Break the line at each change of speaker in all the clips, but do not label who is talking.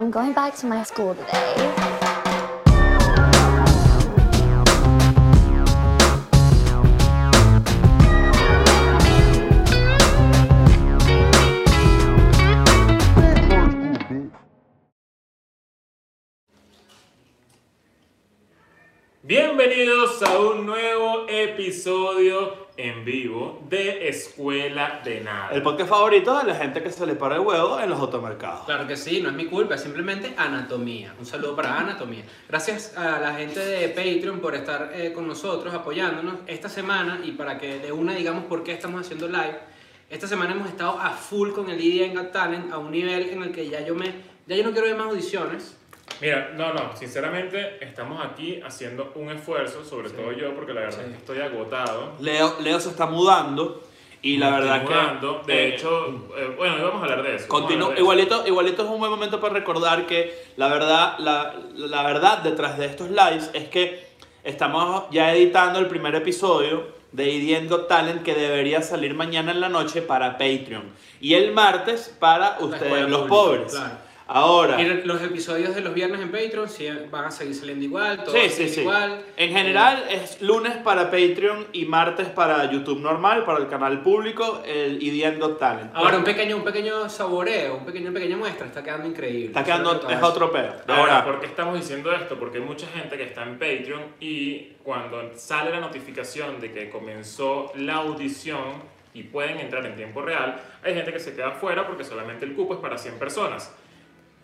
I'm going back to my school today.
Bienvenidos a un nuevo episodio en vivo de Escuela de
El
Nada.
podcast favorito de la gente que se le para el huevo en los automercados.
Claro que sí, no es mi culpa, es simplemente anatomía. Un saludo para anatomía. Gracias a la gente de Patreon por estar eh, con nosotros, apoyándonos esta semana y para que de una digamos por qué estamos haciendo live. Esta semana hemos estado a full con el IDN Got Talent a un nivel en el que ya yo me ya yo no quiero ver más audiciones.
Mira, no, no, sinceramente estamos aquí haciendo un esfuerzo, sobre todo yo, porque la verdad es que estoy agotado.
Leo, Leo se está mudando y la verdad
Continuando.
que...
De
eh,
hecho, eh, bueno, hoy vamos a hablar de eso. vamos a
continúo-
hablar de eso.
igualito, igualito es un buen momento para recordar que la verdad, la, la verdad detrás de estos lives es que estamos ya editando el primer episodio de Idiendo Talent que debería salir mañana en la noche para Patreon y el martes para ustedes
escuela
los
pública,
pobres.
claro.
Ahora,
Y los episodios de los viernes en Patreon sí, van a seguir saliendo igual, todos
Sí, sí,
siguen
sí.
igual. Eh,
En general es lunes para Patreon y martes para YouTube normal, para el canal público, el Idiendo Talent.
Eh, Ahora un pequeño, un pequeño saboreo, un pequeño, una pequeña muestra, está quedando increíble.
Está quedando, es
Entonces,
otro peo.
Ah,
Ahora,
Ahora,
¿por qué estamos diciendo esto? Porque hay mucha gente que está en Patreon y cuando sale la notificación de que comenzó la audición y pueden entrar en tiempo real, hay gente que se queda fuera porque solamente el cupo es para 100 personas.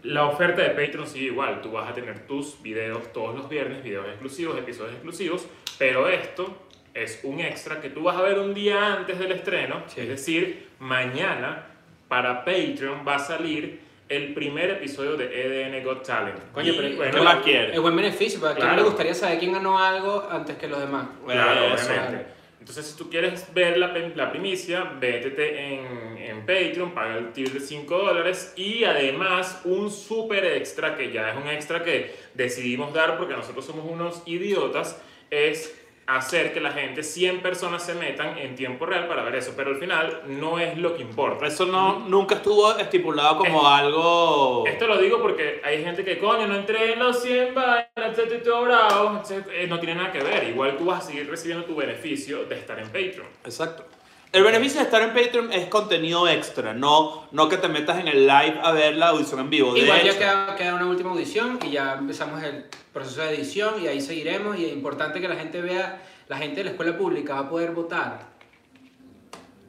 La oferta de Patreon sigue igual, tú vas a tener tus videos todos los viernes, videos exclusivos, episodios exclusivos, pero esto es un extra que tú vas a ver un día antes del estreno,
Sí.
es decir, mañana para Patreon va a salir el primer episodio de EDN Got Talent.
Coño, pero
Y,
¿qué
bueno,
más quieres?
Es buen beneficio, porque a quién no
Claro.
le gustaría saber quién ganó algo antes que los demás.
Claro,
Eso.
obviamente. Entonces, si tú quieres ver la, prim- la primicia, vétete en, en Patreon, paga el tier de 5 dólares y además un super extra, que ya es un extra que decidimos dar porque nosotros somos unos idiotas, es hacer que la gente, 100 personas se metan en tiempo real para ver eso. Pero al final no es lo que importa.
eso no, nunca estuvo estipulado como
Esto-
algo...
Esto lo digo porque hay gente que, coño, no entré en los 100 vainas, estoy todo bravo", entonces, eh, no tiene nada que ver. Igual tú vas a seguir recibiendo tu beneficio de estar en Patreon.
Exacto. El beneficio de estar en Patreon es contenido extra, no, no que te metas en el live a ver la audición en vivo. De
Igual
hecho,
ya queda, queda una última audición y ya empezamos el proceso de edición y ahí seguiremos. Y es importante que la gente vea, la gente de la escuela pública va a poder votar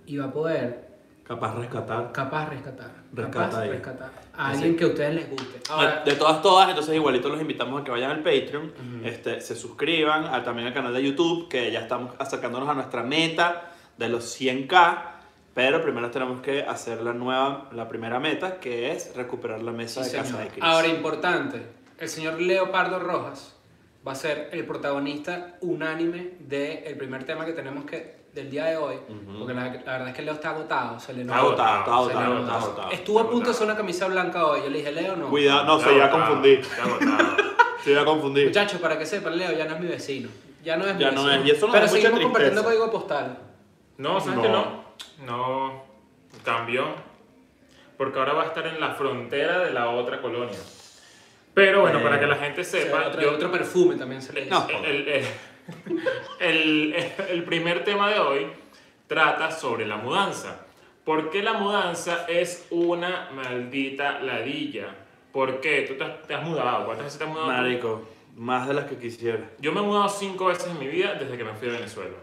y va a poder
Capaz rescatar.
capaz rescatar.
Rescata
capaz
ahí.
rescatar a alguien que a ustedes les guste.
Ah,
Ahora,
De todas, todas, entonces igualito los invitamos a que vayan al Patreon, este, se suscriban a- también al canal de YouTube, que ya estamos acercándonos a nuestra meta de los 100k, pero primero tenemos que hacer la nueva, la primera meta, que es recuperar la mesa
sí,
de Casa
señor.
de Cris.
Ahora, importante, el señor Leopardo Rojas va a ser el protagonista unánime del primer tema que tenemos que del día de hoy, porque la, la verdad es que Leo está agotado, se le
Está
nota.
agotado, está
Se le
agotado,
nota.
está agotado.
Estuvo a punto de
agotado.
hacer una camisa blanca hoy. Yo le dije, Leo, no.
Cuidado, no,
Está
se iba a
agotado,
confundir,
está agotado.
se iba a confundir.
Muchachos, para que sepan, Leo ya no es mi vecino. Ya no es mi
Ya no
vecino.
es, y eso nos
Pero
da mucha
seguimos compartiendo
tristeza.
código postal.
No, ¿sabes
No.
que no? No, cambió. Porque ahora va a estar en la frontera de la otra colonia. Pero bueno,
Eh,
para que la gente
O sea,
sepa,
otro,
yo-
otro perfume también se le dice.
No.
el, el- el- el primer tema de hoy trata sobre la mudanza. ¿Por qué la mudanza es una maldita ladilla? ¿Por qué? ¿Tú te has, te has mudado? ¿Cuántas veces te has mudado? tú?
Marico, más de las que quisiera.
Yo me he mudado cinco veces en mi vida desde que me fui de Venezuela.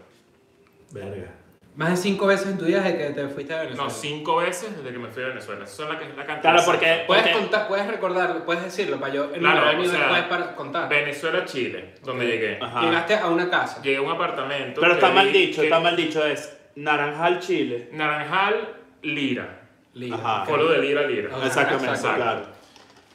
Verga.
Más de cinco veces en tu vida desde que te fuiste a Venezuela.
No, cinco veces desde que me fui de Venezuela. Esa es la, que, la cantidad.
Claro,
exacta.
porque...
Puedes
porque-
contar, puedes recordarlo, puedes decirlo para yo
Claro,
enumerar
o
mi
sea,
puedes para contar.
Venezuela, Chile, donde llegué.
Ah. Ajá.
Llegaste a una casa.
Llegué a un apartamento.
Pero
que
está
vi
mal dicho,
que-
está mal dicho, es naranjal chile.
Naranjal, Lira.
Listo.
Ajá.
Polo de Lira, Lira.
Ajá,
Ah, Exactamente,
Ah, exacto.
claro.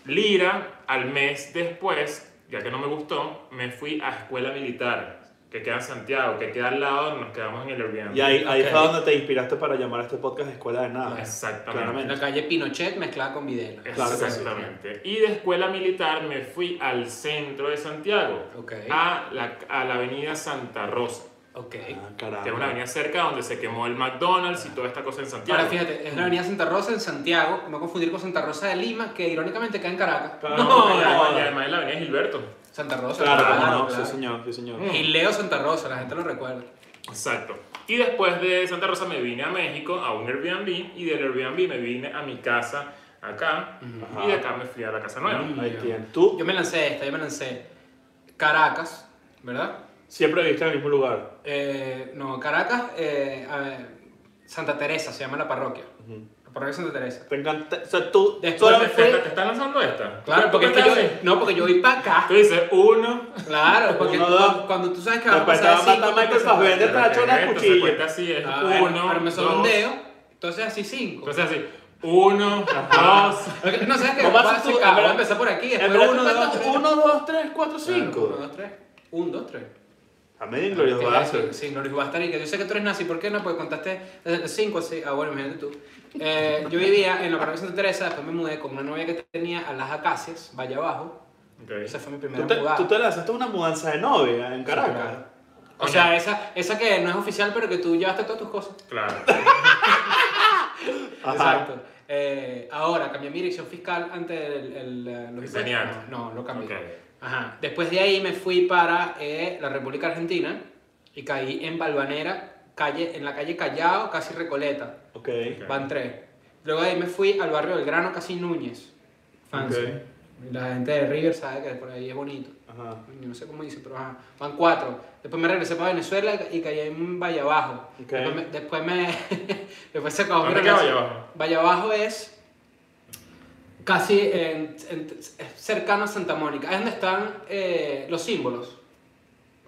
Lira, al mes después, ya que no me gustó, me fui a escuela militar, que queda en Santiago, que queda al lado, nos quedamos en el Airbnb.
Y ahí, ahí
Ok.
fue donde te inspiraste para llamar a este podcast Escuela de Nada.
Exactamente.
Claramente.
En la calle Pinochet mezclada con Videla.
Claro que sí.
Exactamente. Y de escuela militar me fui al centro de Santiago,
Ok.
a, la, a la avenida Santa Rosa.
Ok.
Ah, caramba.
Que es una avenida cerca donde se quemó el McDonald's y toda esta cosa en Santiago.
Ahora fíjate, es la avenida Santa Rosa en Santiago, no confundir con Santa Rosa de Lima, que irónicamente cae en Caracas.
Claro.
No, y
no, no.
además es la avenida Gilberto.
Santa Rosa.
Claro, cómo no,
claro.
sí señor, sí señor.
Y Leo Santa Rosa, la gente lo recuerda.
Exacto. Y después de Santa Rosa me vine a México a un Airbnb y del Airbnb me vine a mi casa acá
Ujú.
y de acá me fui a la casa nueva.
Ahí tienes. Tú
Yo me lancé esta, yo me lancé Caracas, ¿verdad?
siempre viviste en el mismo lugar.
Eh, no, Caracas, eh, a ver, Santa Teresa se llama la parroquia. La parroquia Santa Teresa.
Te encanta. O sea, tú
Después
¿Te,
solamente
de-
te- te estás lanzando esta?
Claro, porque es que
¿Por
yo,
qué estás así?
no, porque yo voy para acá.
Tú dices uno.
Claro, porque
Uno,
cu-
dos.
cuando, tú sabes que vas a
Después
pasar
estaba
así,
matando a Michael Fassbender para echar una
Entonces se
cuchilla.
cuenta así, es
Ah, bueno,
uno,
pero
dos.
me
Pues,
sonó un dedo, entonces así cinco.
Entonces así, uno, dos.
Ok, No sabes qué,
Vamos a
vas a
hacer
hacer
tú- Ah, Eh, a
cada-
ver,
voy a empezar por aquí,
En
después
verdad,
uno,
tú
dos,
cantas
tres.
1, 2, 3, 4,
Claro, uno,
5.
dos, tres. Un, dos, tres.
Amén, glorioso
Que-
vaso.
Sí, Loris Bastard, y que yo sé que tú eres nazi, ¿por qué no? Porque contaste eh, cinco, sí. Ah, bueno, imagínate tú. Eh, yo vivía en la parroquia Santa Teresa, después me mudé con una novia que tenía a las Acacias, Valle Abajo. Esa
Ok.
fue mi
Tú
primera
te,
mudada.
tú te lanzaste una mudanza de novia en Caracas.
O sea, esa, esa que no es oficial, pero que tú llevaste todas tus cosas.
Claro.
Ajá.
Exacto. Eh, ahora cambié mi dirección fiscal ante el, el, eh, los
Veniante.
impuestos. No, no, lo cambié.
Ok.
Ajá. Después de ahí me fui para eh, la República Argentina y caí en Balvanera, calle, en la calle Callao, casi Recoleta.
Ok.
Ok.
Van tres. Luego de ahí me fui al barrio del Grano, casi Núñez. Fancy. La gente de River sabe que por ahí es bonito.
Ajá.
Yo no sé cómo dice, pero ajá. Van cuatro. Después me regresé para Venezuela y caí en Valle Abajo.
Ok.
Después me. Después, me- después se acabó mi
¿Dónde queda
relación.
Valle Abajo?
Valle Abajo es casi en- en- es cercano a Santa Mónica. Es donde están eh, los símbolos.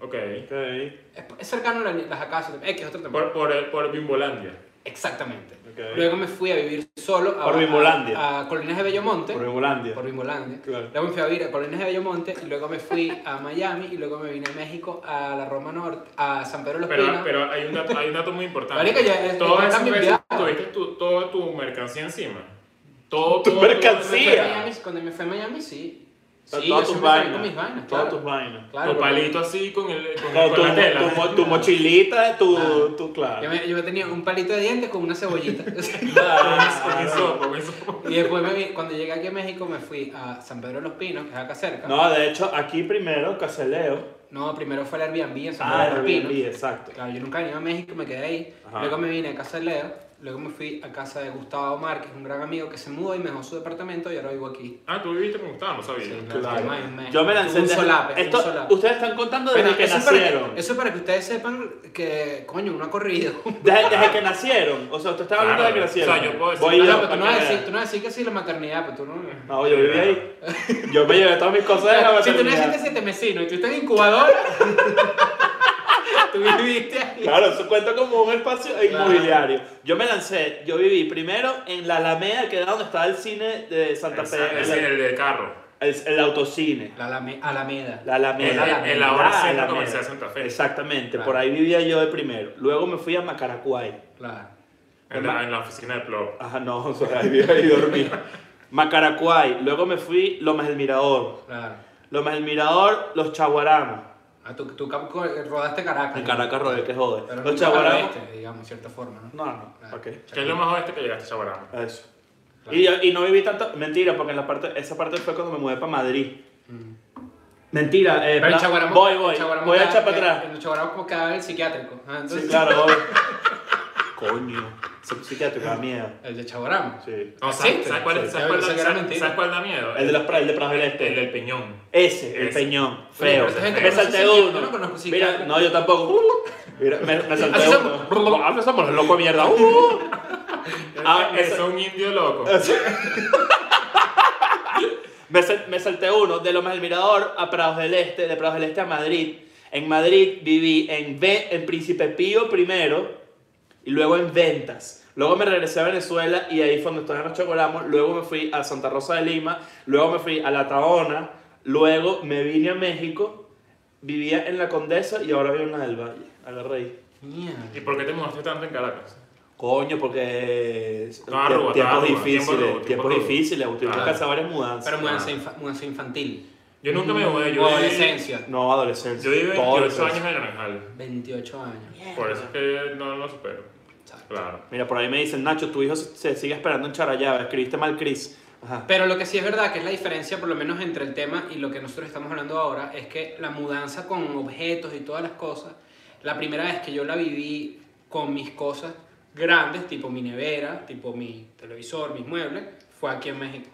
Ok.
Ok.
Es, es cercano a la- las acacias. X, otra también.
Por, por, el- por Bimbolandia.
Exactamente.
Ok.
Luego me fui a vivir solo a,
Por Bimbolandia.
a, a Colinas de Bellomonte.
Por Bimbolandia.
Por Bimbolandia.
Claro.
Luego me fui a vivir a Colinas de Bellomonte y luego me fui a Miami y luego me vine a México a la Roma Norte, a San Pedro de los
Pero,
Pinos.
pero hay, un dato, hay un dato muy importante.
Marico, ya es-
Todas esas
ya están
veces
limpiadas.
tuviste tu, toda tu mercancía encima. Todo,
Tu
todo-
Cuando me fui a
mercancía.
Miami- Cuando me fui a Miami, sí.
O sea,
Sí, yo
todas tus
siempre cargué
vainas.
con mis vainas.
Todas
claro.
tus vainas.
Claro,
tu
porque-
palito así con, el, con,
Claro,
con la tela.
tu, tu, mo- tu mochilita, tu,
Ah.
tu
Yo
claro.
me, yo me tenía un palito de dientes con una cebollita.
Con
Ah,
eso, con eso.
y después, me vi- cuando llegué aquí a México, me fui a San Pedro de los Pinos, que es acá cerca.
No, de hecho, aquí primero, Caseleo.
No, primero fue el Airbnb en San
Ah,
Pedro de los
Airbnb,
Pinos.
exacto.
Claro, yo nunca venía a México, me quedé ahí.
Pues. Ajá.
Luego me vine a casa de Leo. Luego me fui a casa de Gustavo Márquez, un gran amigo que se mudó y me dejó su departamento y ahora vivo aquí.
Ah, tú viviste con Gustavo, no sabía.
Sí, claro.
Claro.
Ay, man.
Yo me lancé
Un
desde-
solape, un
esto-
solape.
Ustedes están contando desde
Bueno,
que
eso, es para
nacieron.
que, eso es para que ustedes sepan que, coño, uno ha corrido.
Desde, desde que nacieron. O sea, usted estaba hablando
Claro.
de que nacieron.
O sea, yo puedo decir-
Voy
No,
No,
yo,
pero tú
para
no, vas a
que
decir, tú
vean.
no vas a decir que sí la maternidad, pero tú no...
No, yo viví ahí. Yo me llevé todas mis cosas de la
Si tú
maternidad.
naciste siete mesinos y tú estás en incubadora, tú viviste ahí.
Claro, eso cuenta como un espacio inmobiliario. Yo me lancé, yo viví primero en la Alameda, que era donde estaba el cine de Santa Fe,
Es decir,
el,
el de carro.
el- el autocine.
La Alame- Alameda.
La Alameda.
El- el- el
La
ahora
Alameda.
centro comercial de Santa Fe.
Exactamente,
Claro.
por ahí vivía yo de primero. Luego me fui a Macaracuay.
Claro.
En la, en la oficina de Plop.
Ajá, Ah, no, o sea, ahí vivía y dormía. Macaracuay, luego me fui Lomas del Mirador.
Claro.
Lomas del Mirador, Los Chaguaramas.
Ah, tú, tú cam- co- rodaste Caracas.
En
¿no?
Caracas, Rodel, que jode.
Ah, Pero
Los
nunca al
Chaguaramas.
oeste, digamos, de cierta forma, ¿no?
No, no,
Claro.
ok.
Que es lo más oeste que llegaste a Chaguarama.
A Eso. Y, yo- y no viví tanto. Mentira, porque en la parte, esa parte fue cuando me mudé para Madrid. Mentira, eh,
Mm. Pero el
pla-
Chaguaramo-
voy, voy,
el Chaguaramo
voy a
queda-
echar para
queda-
atrás.
En el Chaguaramo como quedaba el psiquiátrico. Ah, entonces,
Sí, claro, voy. Coño, ese psiquiátrico da miedo.
El de Chaguaramo.
Sí.
No,
¿Sí?
¿sabes, ¿sabes cuál,
Sí.
¿sabes, cuál,
Yo pensé que
da-
era
¿sabes,
mentira.
¿sabes cuál da miedo?
El de las playas, el de Praja del
El
Este.
del Peñón.
Ese, el
Ese.
peñón, feo.
pero esa gente
Me
conoce
salté
psiquiatra,
uno.
yo no conozco
Mira,
psiquiatra.
no, yo tampoco. Mira, me, me salté
Así
uno.
somos.
Ah, somos los locos de mierda. Uh. Ah,
Ah,
me
es un indio loco.
Me, sal- me salté uno de Lomas del Mirador a Prados del Este, de Prados del Este a Madrid. En Madrid viví en, Ve- en Príncipe Pío primero y luego en Ventas. Luego me regresé a Venezuela y ahí fue donde todavía nos chocolamos. Luego me fui a Santa Rosa de Lima, luego me fui a La Taona, luego me vine a México, vivía en La Condesa y ahora vivo en la del Valle. Agarré ahí.
Mierda.
¿Y por qué te mudaste tanto en Caracas?
Coño, porque es-
Estaba rudo,
tiempos
estaba rudo, tiempo
difíciles,
rudo, tiempo
tiempos
rudo.
difíciles, tuvimos que
Claro.
hacer varias mudanzas.
Pero mudanza, infa- mudanza infantil.
Yo nunca me mudé, yo
O
viví-
adolescencia.
No, adolescencia.
Yo viví
todo
28 años
adolescencia.
en Naranjal.
28 años.
Por eso es que no lo supero.
Exacto.
Claro.
Mira, por ahí me dicen, Nacho, tu hijo se- se sigue esperando en Charallava. Escribiste mal, Chris. Ajá.
Pero lo que sí es verdad, que es la diferencia, por lo menos entre el tema y lo que nosotros estamos hablando ahora, es que la mudanza con objetos y todas las cosas, la primera vez que yo la viví con mis cosas grandes, tipo mi nevera, tipo mi televisor, mis muebles, fue aquí en México.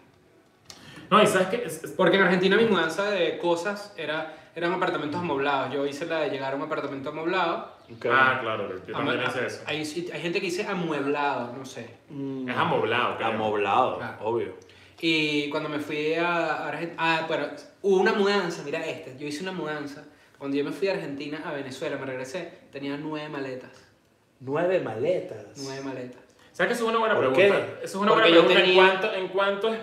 No, y sabes que es- es-
Porque en Argentina mi mudanza de cosas era, eran apartamentos amoblados. Yo hice la de llegar a un apartamento amoblado.
Ok.
Ah, claro, yo también
Ama-
hice eso.
Hay, hay gente que dice amueblado, no sé.
Mm,
Es amoblado, creo.
amoblado,
Claro.
obvio.
Y cuando me fui a Argentina, ah, bueno, hubo una mudanza, mira esta, yo hice una mudanza. Cuando yo me fui a Argentina, a Venezuela, me regresé, tenía nueve maletas.
Nueve maletas.
Nueve maletas.
¿Sabes que eso es una buena
¿Por
pregunta?
qué?
Eso es una
Porque yo
buena pregunta.
tenía-
¿En, cuánto- en cuántos,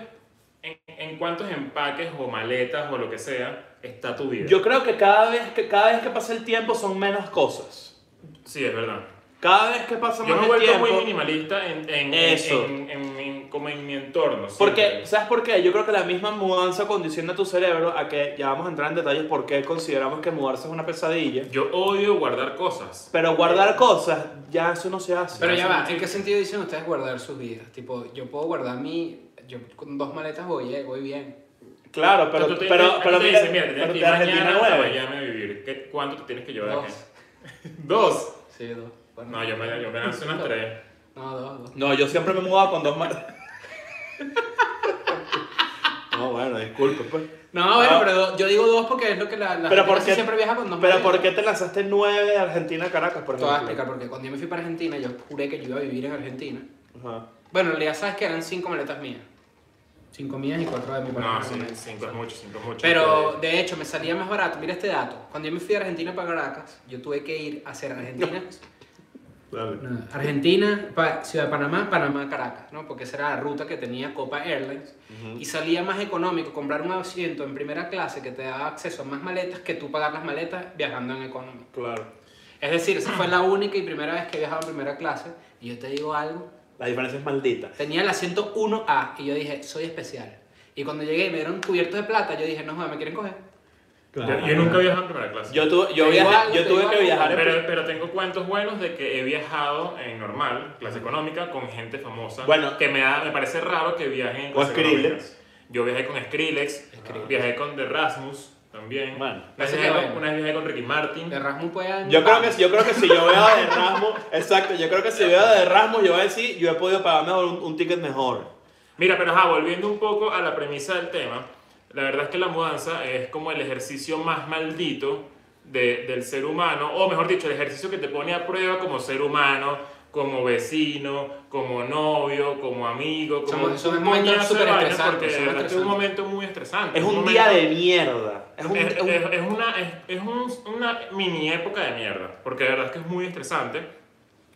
en, en cuántos empaques o maletas o lo que sea está tu vida?
Yo creo que cada vez que cada vez que pasa el tiempo son menos cosas.
Sí, es verdad.
Cada vez que pasa
Yo
más
me he
el
vuelto
tiempo.
muy minimalista en, en, en-
Eso.
en- en- en- como en mi entorno.
Porque,
siempre.
¿sabes por qué? Yo creo que la misma mudanza condiciona tu cerebro a que ya vamos a entrar en detalles por qué consideramos que mudarse es una pesadilla.
yo odio guardar cosas.
Pero guardar cosas, ya eso no se hace.
Pero ya va,
sí.
¿en qué sentido dicen ustedes guardar sus vidas? Tipo, yo puedo guardar mi, yo con dos maletas voy, eh, voy bien.
Claro, pero,
Entonces, tú te-
pero,
a ti
pero
te
mira,
dicen, mira, te tienes
pero
que ir
de
mañana
Argentina
a
nueve.
Miami a vivir. ¿Qué- ¿Cuánto te tienes que llevar de
Dos.
acá? ¿Dos?
Sí, dos. Bueno.
No, yo me, yo me lancé unas tres.
No, dos, dos.
No, yo siempre me he mudado con dos manos. no, bueno, disculpe, pues.
No, bueno,
Ah.
pero yo digo dos porque es lo que la,
Pero
la gente
¿por
casi
qué,
siempre viaja con dos
pero
maletas.
¿por qué te lanzaste nueve de Argentina a Caracas, por
Te voy a
ejemplo?
explicar porque cuando yo me fui para Argentina, yo juré que yo iba a vivir en Argentina.
Ajá.
Bueno, en realidad sabes que eran cinco maletas mías. Cinco mías y cuatro de mi
No,
pareja.
sí, cinco es mucho, cinco es mucho.
Pero de hecho me salía más barato. Mira este dato. Cuando yo me fui a Argentina para Caracas, yo tuve que ir a hacer Argentina.
Dale.
No, Argentina, pa- Ciudad de Panamá, Panamá, Caracas, ¿no? Porque esa era la ruta que tenía Copa Airlines. Y salía más económico comprar un asiento en primera clase que te daba acceso a más maletas que tú pagar las maletas viajando en economía.
Claro.
Es decir, esa fue la única y primera vez que he viajado en primera clase. Y yo te digo algo,
La diferencia es maldita.
Tenía el asiento 1A y yo dije, soy especial. Y cuando llegué y me dieron cubiertos de plata, yo dije, no joder, me quieren coger.
Yo, yo nunca he viajado en primera clase.
Yo, tuve- yo
Te digo
viajé-
algo,
yo
te
tuve
digo
que
algo.
viajar en
pero, pero tengo cuentos buenos de que he viajado en normal, clase económica, con gente famosa.
Bueno.
que me, da- me parece raro que viajen en
Con
clase
Skrillex.
económica. Yo viajé con Skrillex,
Skrillex.
viajé con The Rasmus también.
Bueno.
una, vez
Ese
viajé,
que
con-
bueno.
una vez viajé con Ricky Martin.
De Rasmus puede Ah,
Yo creo, que, yo creo que si yo veo a de Rasmus, exacto, yo creo que si veo a de Rasmus, yo voy a decir, yo he podido pagarme un, un ticket mejor.
Mira, pero ajá, volviendo un poco a la premisa del tema, la verdad es que la mudanza es como el ejercicio más maldito de- del ser humano, o mejor dicho, el ejercicio que te pone a prueba como ser humano, como vecino, como novio, como amigo, como
Somos- son
un
momentos
coñazo de
súper
vainas,
estresantes,
porque de verdad que
son
es un
estresantes.
momento muy estresante.
Es un
momento-
día de mierda. Es un,
es,
es un-
es- es una, es, es un- una mini época de mierda, porque de verdad es que es muy estresante.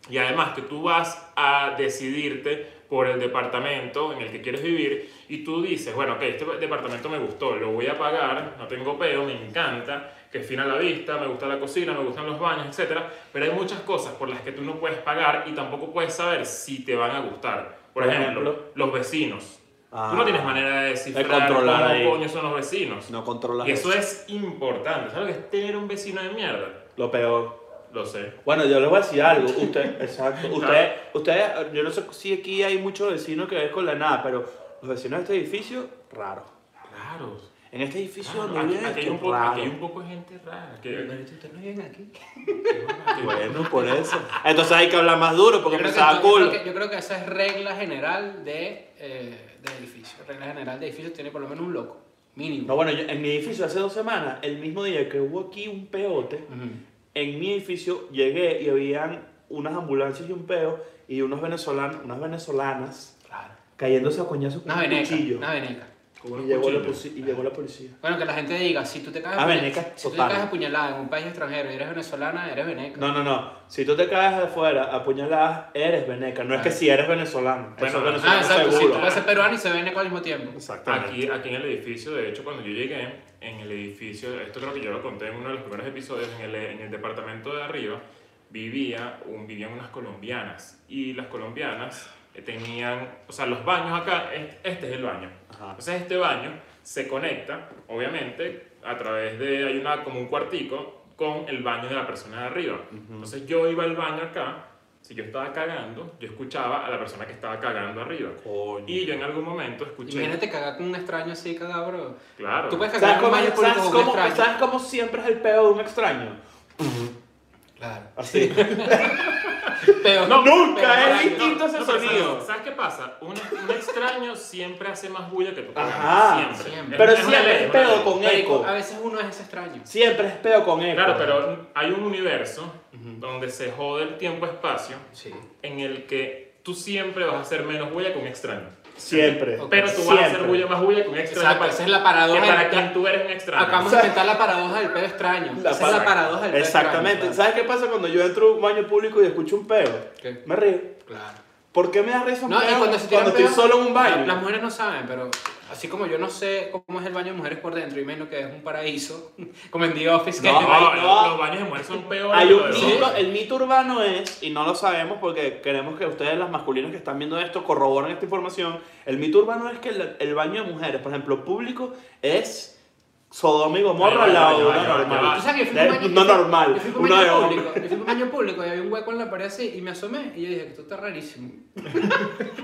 Y además que tú vas a decidirte por el departamento en el que quieres vivir y tú dices, bueno, ok, este departamento me gustó, lo voy a pagar, no tengo peo, me encanta, que es fina la vista, me gusta la cocina, me gustan los baños, etc. Pero hay muchas cosas por las que tú no puedes pagar y tampoco puedes saber si te van a gustar. Por,
Por
ejemplo,
ejemplo.
los vecinos.
Ah.
tú no tienes manera de descifrar
controlar
cómo
ahí.
coño son los vecinos.
no controlas
Y eso es importante. ¿Sabes lo que es tener un vecino de mierda?
lo peor.
Lo sé.
Bueno, yo les voy a decir algo. Usted, exacto. Usted,
Claro.
usted, yo no sé si aquí hay muchos vecinos que ven con la nada, pero los vecinos de este edificio, raro.
Claro.
En este edificio
Claro,
donde
aquí,
vive
aquí hay
esto,
un poco,
raro.
aquí hay un poco de gente rara. Que,
¿Ustedes no viven aquí?
que-
Bueno, por eso. Entonces hay que hablar más duro
Yo
porque
creo, que,
pensaba
yo
cool.
creo que- yo creo que esa es regla general de, eh, de edificio. Regla general de edificio tiene por lo menos un loco,
No,
mínimo.
bueno, yo- en mi edificio hace dos semanas, el mismo día que hubo aquí un peote,
Ujú.
en mi edificio llegué y habían unas ambulancias y un peo y unos venezolanos, unas venezolanas
Claro.
cayéndose a coñazos con
Una
un
veneca,
cuchillo.
una veneca.
con
Y
unos
llegó, la
cuchillos.
policía, y llegó la policía.
Bueno, que la gente diga, si tú te caes,
Ah,
apuñal-
veneca
si tú te
total.
caes apuñalada en un país extranjero y eres venezolana, eres veneca.
No, no, no. Si tú te caes de afuera, apuñaladas, eres veneca. No es que si eres venezolano.
Bueno,
eso es
ah,
ah,
venezolano
exacto, si
seguro.
tú lo haces peruano y se veneco al mismo tiempo.
Exactamente.
Aquí, aquí en el edificio, de hecho, cuando yo llegué, en el edificio, esto creo que yo lo conté en uno de los primeros episodios, en el, en el departamento de arriba, vivía un, vivían unas colombianas. Y las colombianas eh, tenían, o sea, los baños acá, es- este es el baño.
Ajá.
Entonces, este baño se conecta, obviamente, a través de, hay una, como un cuartico con el baño de la persona de arriba. Entonces yo iba al baño acá, si yo estaba cagando, yo escuchaba a la persona que estaba cagando arriba.
Coño.
Y yo en algún momento escuché...
Imagínate cagar con un extraño así, cagado, bro.
Claro.
Tú puedes cagar
¿Sabes
en un
cómo,
baño público
sabes
con un
cómo-
extraño.
sabes cómo siempre es el peo de un extraño?
Claro.
Así.
Pero,
No, nunca,
pero-
es
pero-
distinto ese
No, pero
sonido.
¿sabes, ¿Sabes qué pasa? Un, un extraño siempre hace más bulla que tú.
Ajá,
siempre.
siempre.
Es-
Pero
es una
siempre
ley,
es
una
pedo
ley.
con
pero
eco.
A veces uno es ese extraño.
Siempre es peo con eco.
Claro, pero hay un universo donde se jode el tiempo-espacio
Sí.
en el que tú siempre vas a hacer menos bulla que un extraño.
Siempre.
Ok.
Pero tú vas a hacer
Siempre.
bulla más bulla que un extraño.
Exacto,
para-
esa es la paradoja
que para
del-
quien tú eres un extraño.
Acabamos de inventar la paradoja del pedo extraño.
La
Esa es la
para-
paradoja del pedo
Exactamente.
extraño.
¿Sabes qué pasa cuando yo entro a un baño público y escucho un peo?
¿Qué?
Me río.
Claro.
¿Por qué me da risa un
No, y
peo
cuando se tiran
cuando estoy
pedos,
solo en un baño?
la- Las mujeres no saben, pero así como yo no sé cómo es el baño de mujeres por dentro, y menos que es un paraíso, como en The Office, que
No,
No,
Ay, no.
los baños de mujeres son peores.
Hay un
pero-
mito, el mito urbano es, y no lo sabemos porque queremos que ustedes, las masculinas que están viendo esto, corroboren esta información. El mito urbano es que el, el baño de mujeres, por ejemplo, público, es Sodoma y Gomorra al
Ay,
lado de
ay,
uno
ay,
Tú
normal.
ay,
sabes que yo fui a un
De-
baño-
no normal,
Yo fui a un
uno
baño
de hombre.
público, yo fui a un baño público y había un hueco en la pared así y me asomé y yo dije que esto está rarísimo.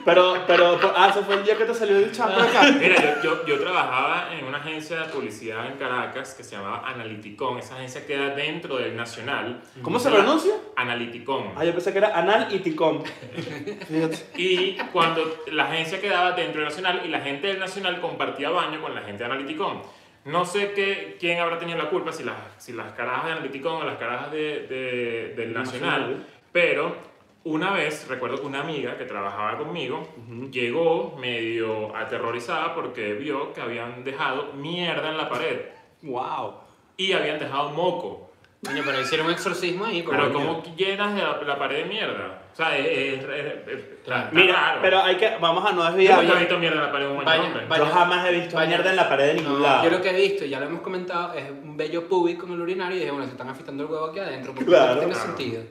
Pero, pero, por- ah, ese fue el día que te salió el champ acá.
Mira, yo, yo, yo trabajaba en una agencia de publicidad en Caracas que se llamaba Analiticón. Esa agencia queda dentro del Nacional.
¿Cómo se pronuncia?
Analiticón.
Ah, yo pensé que era anal y ticón. Fíjate.
Y cuando la agencia quedaba dentro del Nacional y la gente del Nacional compartía baño con la gente de Analiticón. No sé qué, quién habrá tenido la culpa, si las, si las carajas de Analiticón o las carajas de- de- del Nacional,
Nacional.
pero una vez, recuerdo que una amiga que trabajaba conmigo llegó medio aterrorizada porque vio que habían dejado mierda en la pared
Wow.
y habían dejado moco.
Coño, pero hicieron un exorcismo ahí.
Pero
coño.
¿cómo llenas la, la pared de mierda? O sea, es, es- es- es- está
Mira,
raro.
pero hay que, vamos a no
Yo
desviar.
nunca he visto mierda en la pared de un baño,
Baño-
hombre.
baño-
Yo jamás he visto
baño-
mierda en la pared de ningún lado.
Yo lo que he visto, y ya lo hemos comentado, es un bello público en el urinario y dije, bueno, se están afitando el huevo aquí adentro porque
Claro,
no tiene
claro.
sentido.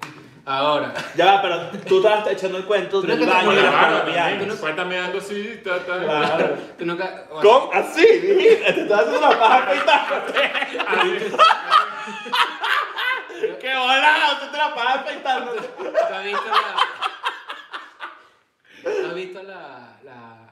Ahora,
Ya va, pero tú estabas echando el cuento
Pero es
del
que
baño
Con
de
la
los
barba
colombianos.
también. Cuéntame algo así, ta, ta.
Claro.
tú nunca... bueno,
Con así, dijiste, te estás haciendo una paja afeitándote. ¡Qué volado! Tú te la pajas afeitándote.
¿Tú has visto la. ¿Tú has visto la, la.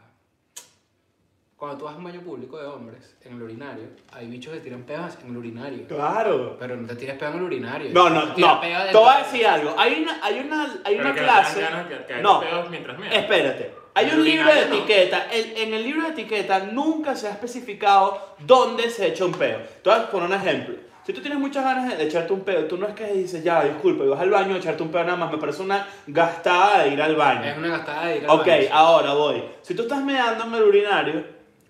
Cuando tú vas a un baño público de hombres, en el urinario, hay bichos que tiran pegas en el urinario.
Claro.
Pero no te tires pegas en el urinario.
No, no,
Tira
no.
pega
Te
dentro
voy a
de-
decir algo. Hay una, hay una, hay
Pero
una
que le dan
clase.
ganas que- que haya
No,
pedos mientras mea.
espérate. Hay
El
un libro de
urinario, ¿no?
etiqueta. El- en el libro de etiqueta nunca se ha especificado dónde se echa un peo. Entonces, por un ejemplo. Si tú tienes muchas ganas de echarte un peo, tú no es que dices, ya, disculpa, y vas al baño a echarte un peo nada más. Me parece una gastada de ir al baño.
Es una gastada de ir al
Ok,
baño.
ahora voy. Si tú estás meando en el urinario,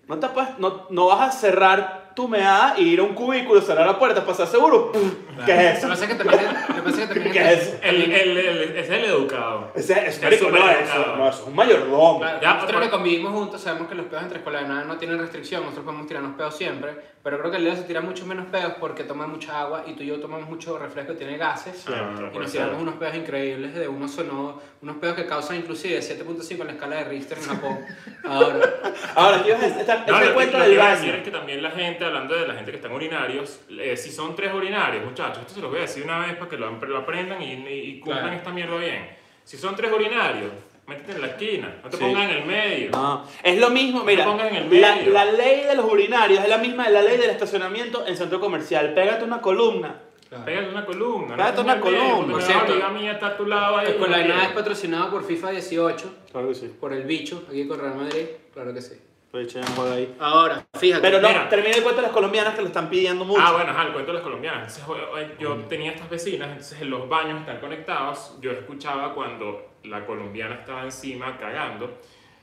no, te puedes- no, no vas a cerrar tu meada y ir a un cubículo, cerrar la puerta, pasar seguro.
Claro.
¿Qué es
Lo que
eso?
pasa es que también. Lo que pasa es que también.
¿Qué es eso?
El, el, el- es el educado.
Ese, es,
El
marico, no, eso,
supermercado.
no, eso es un mayordomo.
Claro,
Ya, pues.
nosotros
por-
que convivimos juntos sabemos que los peos entre escuela de nada no tienen restricción, nosotros podemos tirarnos peos siempre, pero creo que el Leo se tira mucho menos peos porque toma mucha agua y tú y yo tomamos mucho refresco, tiene gases.
Ah,
Y
puede
nos
ser.
tiramos unos pedos increíbles de unos sonodos, unos pedos que causan inclusive 7.5 en la escala de Richter en Japón. Ahora,
Ahora, yo, esta, esta,
No,
ese
lo que-
cuento
lo que
del
iba a decir es
baño.
que también la gente, hablando de la gente que está en urinarios, eh, si son tres urinarios, muchachos, esto se los voy a decir una vez para que lo, lo aprendan y, y- y cumplan
Claro.
esta mierda bien. Si son tres urinarios, métete en la esquina, no te
Sí.
pongas en el medio.
No, Ah, es lo mismo, mira,
pongas en el
la,
medio.
la ley de los urinarios es la misma de la ley del estacionamiento en centro comercial. Pégate una columna.
Pégate una columna. no
Ah. Pégate
te
una
pongas en el medio, porque
columna.
Por
la
cierto,
barriga mía está a tu lado ahí.
escuela de
no
nada es
quiero.
patrocinado por FIFA 18,
Claro que sí.
por el bicho, aquí con Real Madrid, claro que sí.
Lo eché en juego ahí.
Ahora, fíjate.
Pero no,
Mira.
termina el cuento de las colombianas que lo están pidiendo mucho.
Ah, bueno, ajá, el cuento de las colombianas. Entonces, o- o- yo
Mm.
tenía estas vecinas, entonces en los baños están conectados. Yo escuchaba cuando la colombiana estaba encima cagando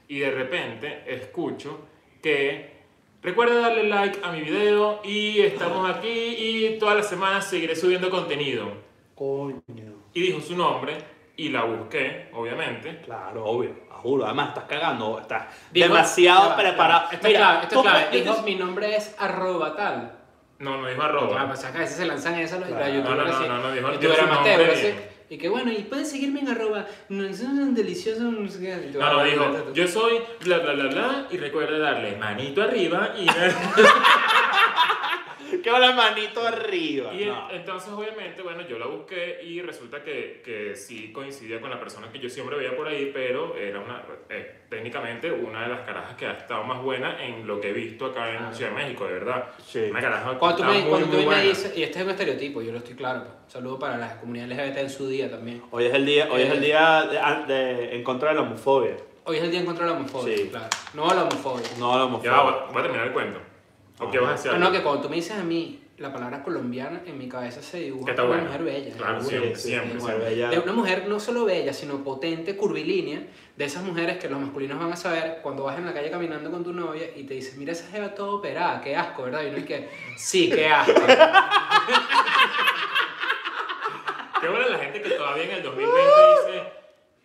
y de repente escucho que recuerda darle like a mi video y estamos
Ah.
aquí y todas las semanas seguiré subiendo contenido.
Coño.
Y dijo su nombre y la busqué, obviamente.
Claro, obvio, juro. Además, estás cagando, estás
Dijo-
demasiado
ya va, ya va.
preparado.
Esto es clave, esto es
tú-
clave.
yo-
Dijo, mi nombre es arroba tal.
No, no dijo
Ah,
arroba.
pues acá a veces se lanzan esas los
Claro.
youtubers
No, no, no,
así.
no, no, dijo-
Youtuber
dijo su
amateur,
nombre
así.
bien.
Y que bueno, y pueden seguirme en arroba. No, es un delicioso. No, sé qué. Y tú,
No, no,
ah,
dijo,
ta, ta, ta.
yo soy bla bla bla bla y recuerda darle manito arriba y...
Que va la manito arriba.
Y eh, en-
No.
entonces, obviamente, bueno, yo la busqué y resulta que, que sí coincidía con la persona que yo siempre veía por ahí, pero era una, eh, técnicamente una de las carajas que ha estado más buena en lo que he visto acá en
Claro.
Ciudad de México, de verdad.
Sí.
Una caraja que
Cuando tú
está
me,
muy,
cuando tú
muy
me
buena.
dices, y este es un estereotipo, yo lo estoy claro. pues. Un saludo para la comunidad LGBT en su día también.
Hoy es el día, hoy es el día de- de- en contra de la homofobia.
Hoy es el día en contra de la homofobia,
Sí.
claro. No a la homofobia.
No
Ya
a la
va,
homofobia.
voy a terminar el cuento. ¿O qué vas a hacer?
No, no, que cuando tú me dices a mí, la palabra colombiana en mi cabeza se
Que
dibuja
está
como una
buena.
mujer bella.
Claro,
Sí,
siempre,
sí,
siempre,
sí,
siempre.
bella.
De una mujer no solo bella, sino potente, curvilínea, de esas mujeres que los masculinos van a saber cuando vas en la calle caminando con tu novia y te dicen, mira esa jeva toda operada, qué asco, ¿verdad? Y uno es que, sí, qué asco.
Qué buena la gente que todavía en el 2020 dice,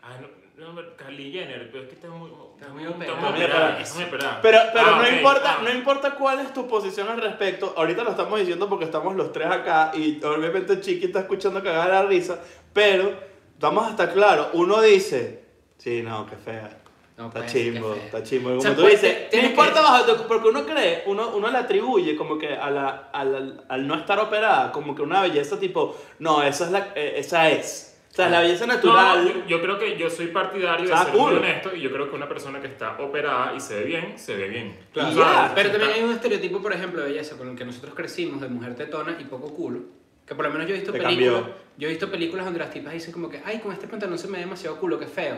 ah, no, no, pero Kylie Jenner, pero es que está muy,
Está muy
Está
operada.
muy operada, está muy operada.
Pero, pero
Ah,
no,
ok,
importa,
ah.
no importa cuál es tu posición al respecto. Ahorita lo estamos diciendo porque estamos los tres acá y obviamente Chiqui está escuchando cagar la risa. Pero vamos a estar claros: uno dice, sí, no, qué fea.
No,
está
pues,
chimbo,
qué fea.
está chimbo. Y
O
Como
sea,
tú
pues,
dices, no
tienes que-
importa bajo tu- Porque uno cree, uno, uno le atribuye como que a la, a la- al no estar operada, como que una belleza tipo, no, esa es la. eh, esa es. O
Ah.
sea, la belleza natural.
No, yo, yo creo que yo soy partidario de
Está
ser
cool.
muy honesto y yo creo que una persona que está operada y se ve bien, se ve bien.
Claro.
O sea,
Pero también
está-
hay un estereotipo, por ejemplo, de belleza con el que nosotros crecimos, de mujer tetona y poco culo. Que por lo menos yo he visto
Te
películas.
cambió.
Yo he visto películas donde las tipas dicen como que, ay, con este pantalón se me ve demasiado culo, qué feo.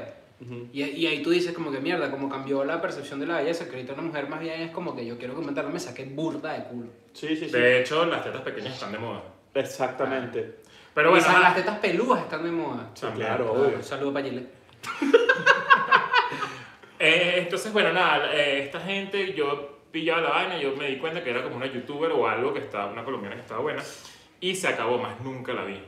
y, y ahí tú dices como que mierda, como cambió la percepción de la belleza, que ahorita una mujer más bien es como que yo quiero que un pantalón me saque burda de culo.
Sí, sí, sí.
De hecho, las tetas pequeñas están de moda.
Exactamente.
Pero bueno,
Y esas-
ajá,
las tetas pelúas están de moda.
Sí,
También.
claro,
Claro,
obvio.
un saludo para Gillette.
eh, entonces, bueno, nada, eh, esta gente, yo pillaba la vaina, yo me di cuenta que era como una youtuber o algo que estaba, una colombiana que estaba buena, y se acabó, más nunca la vi.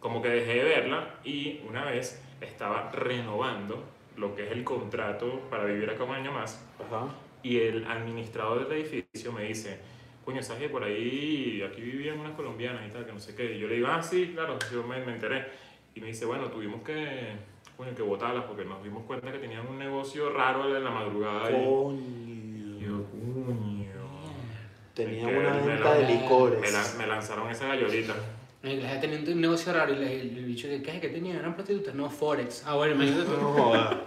Como que dejé de verla y una vez estaba renovando lo que es el contrato para vivir acá un año más.
Ajá.
Y el administrador del edificio me dice, coño, ¿sabes que por ahí, aquí vivían unas colombianas y tal, que no sé qué? Y yo le digo, ah, sí, claro, yo me, me enteré. Y me dice, bueno, tuvimos que, coño, que botarlas porque nos dimos cuenta que tenían un negocio raro en la madrugada. ahí".
Oh.
Y
Coño.
yo, coño.
Tenía
Es que
una
me
venta
la-
de licores.
Me, lan- me lanzaron esa gallolita.
Y Eh, la gente tenía un negocio raro y le- el bicho que, ¿qué es que tenía? ¿Eran prostitutas? No, Forex. Ah, bueno, imagínate tú.
No joda.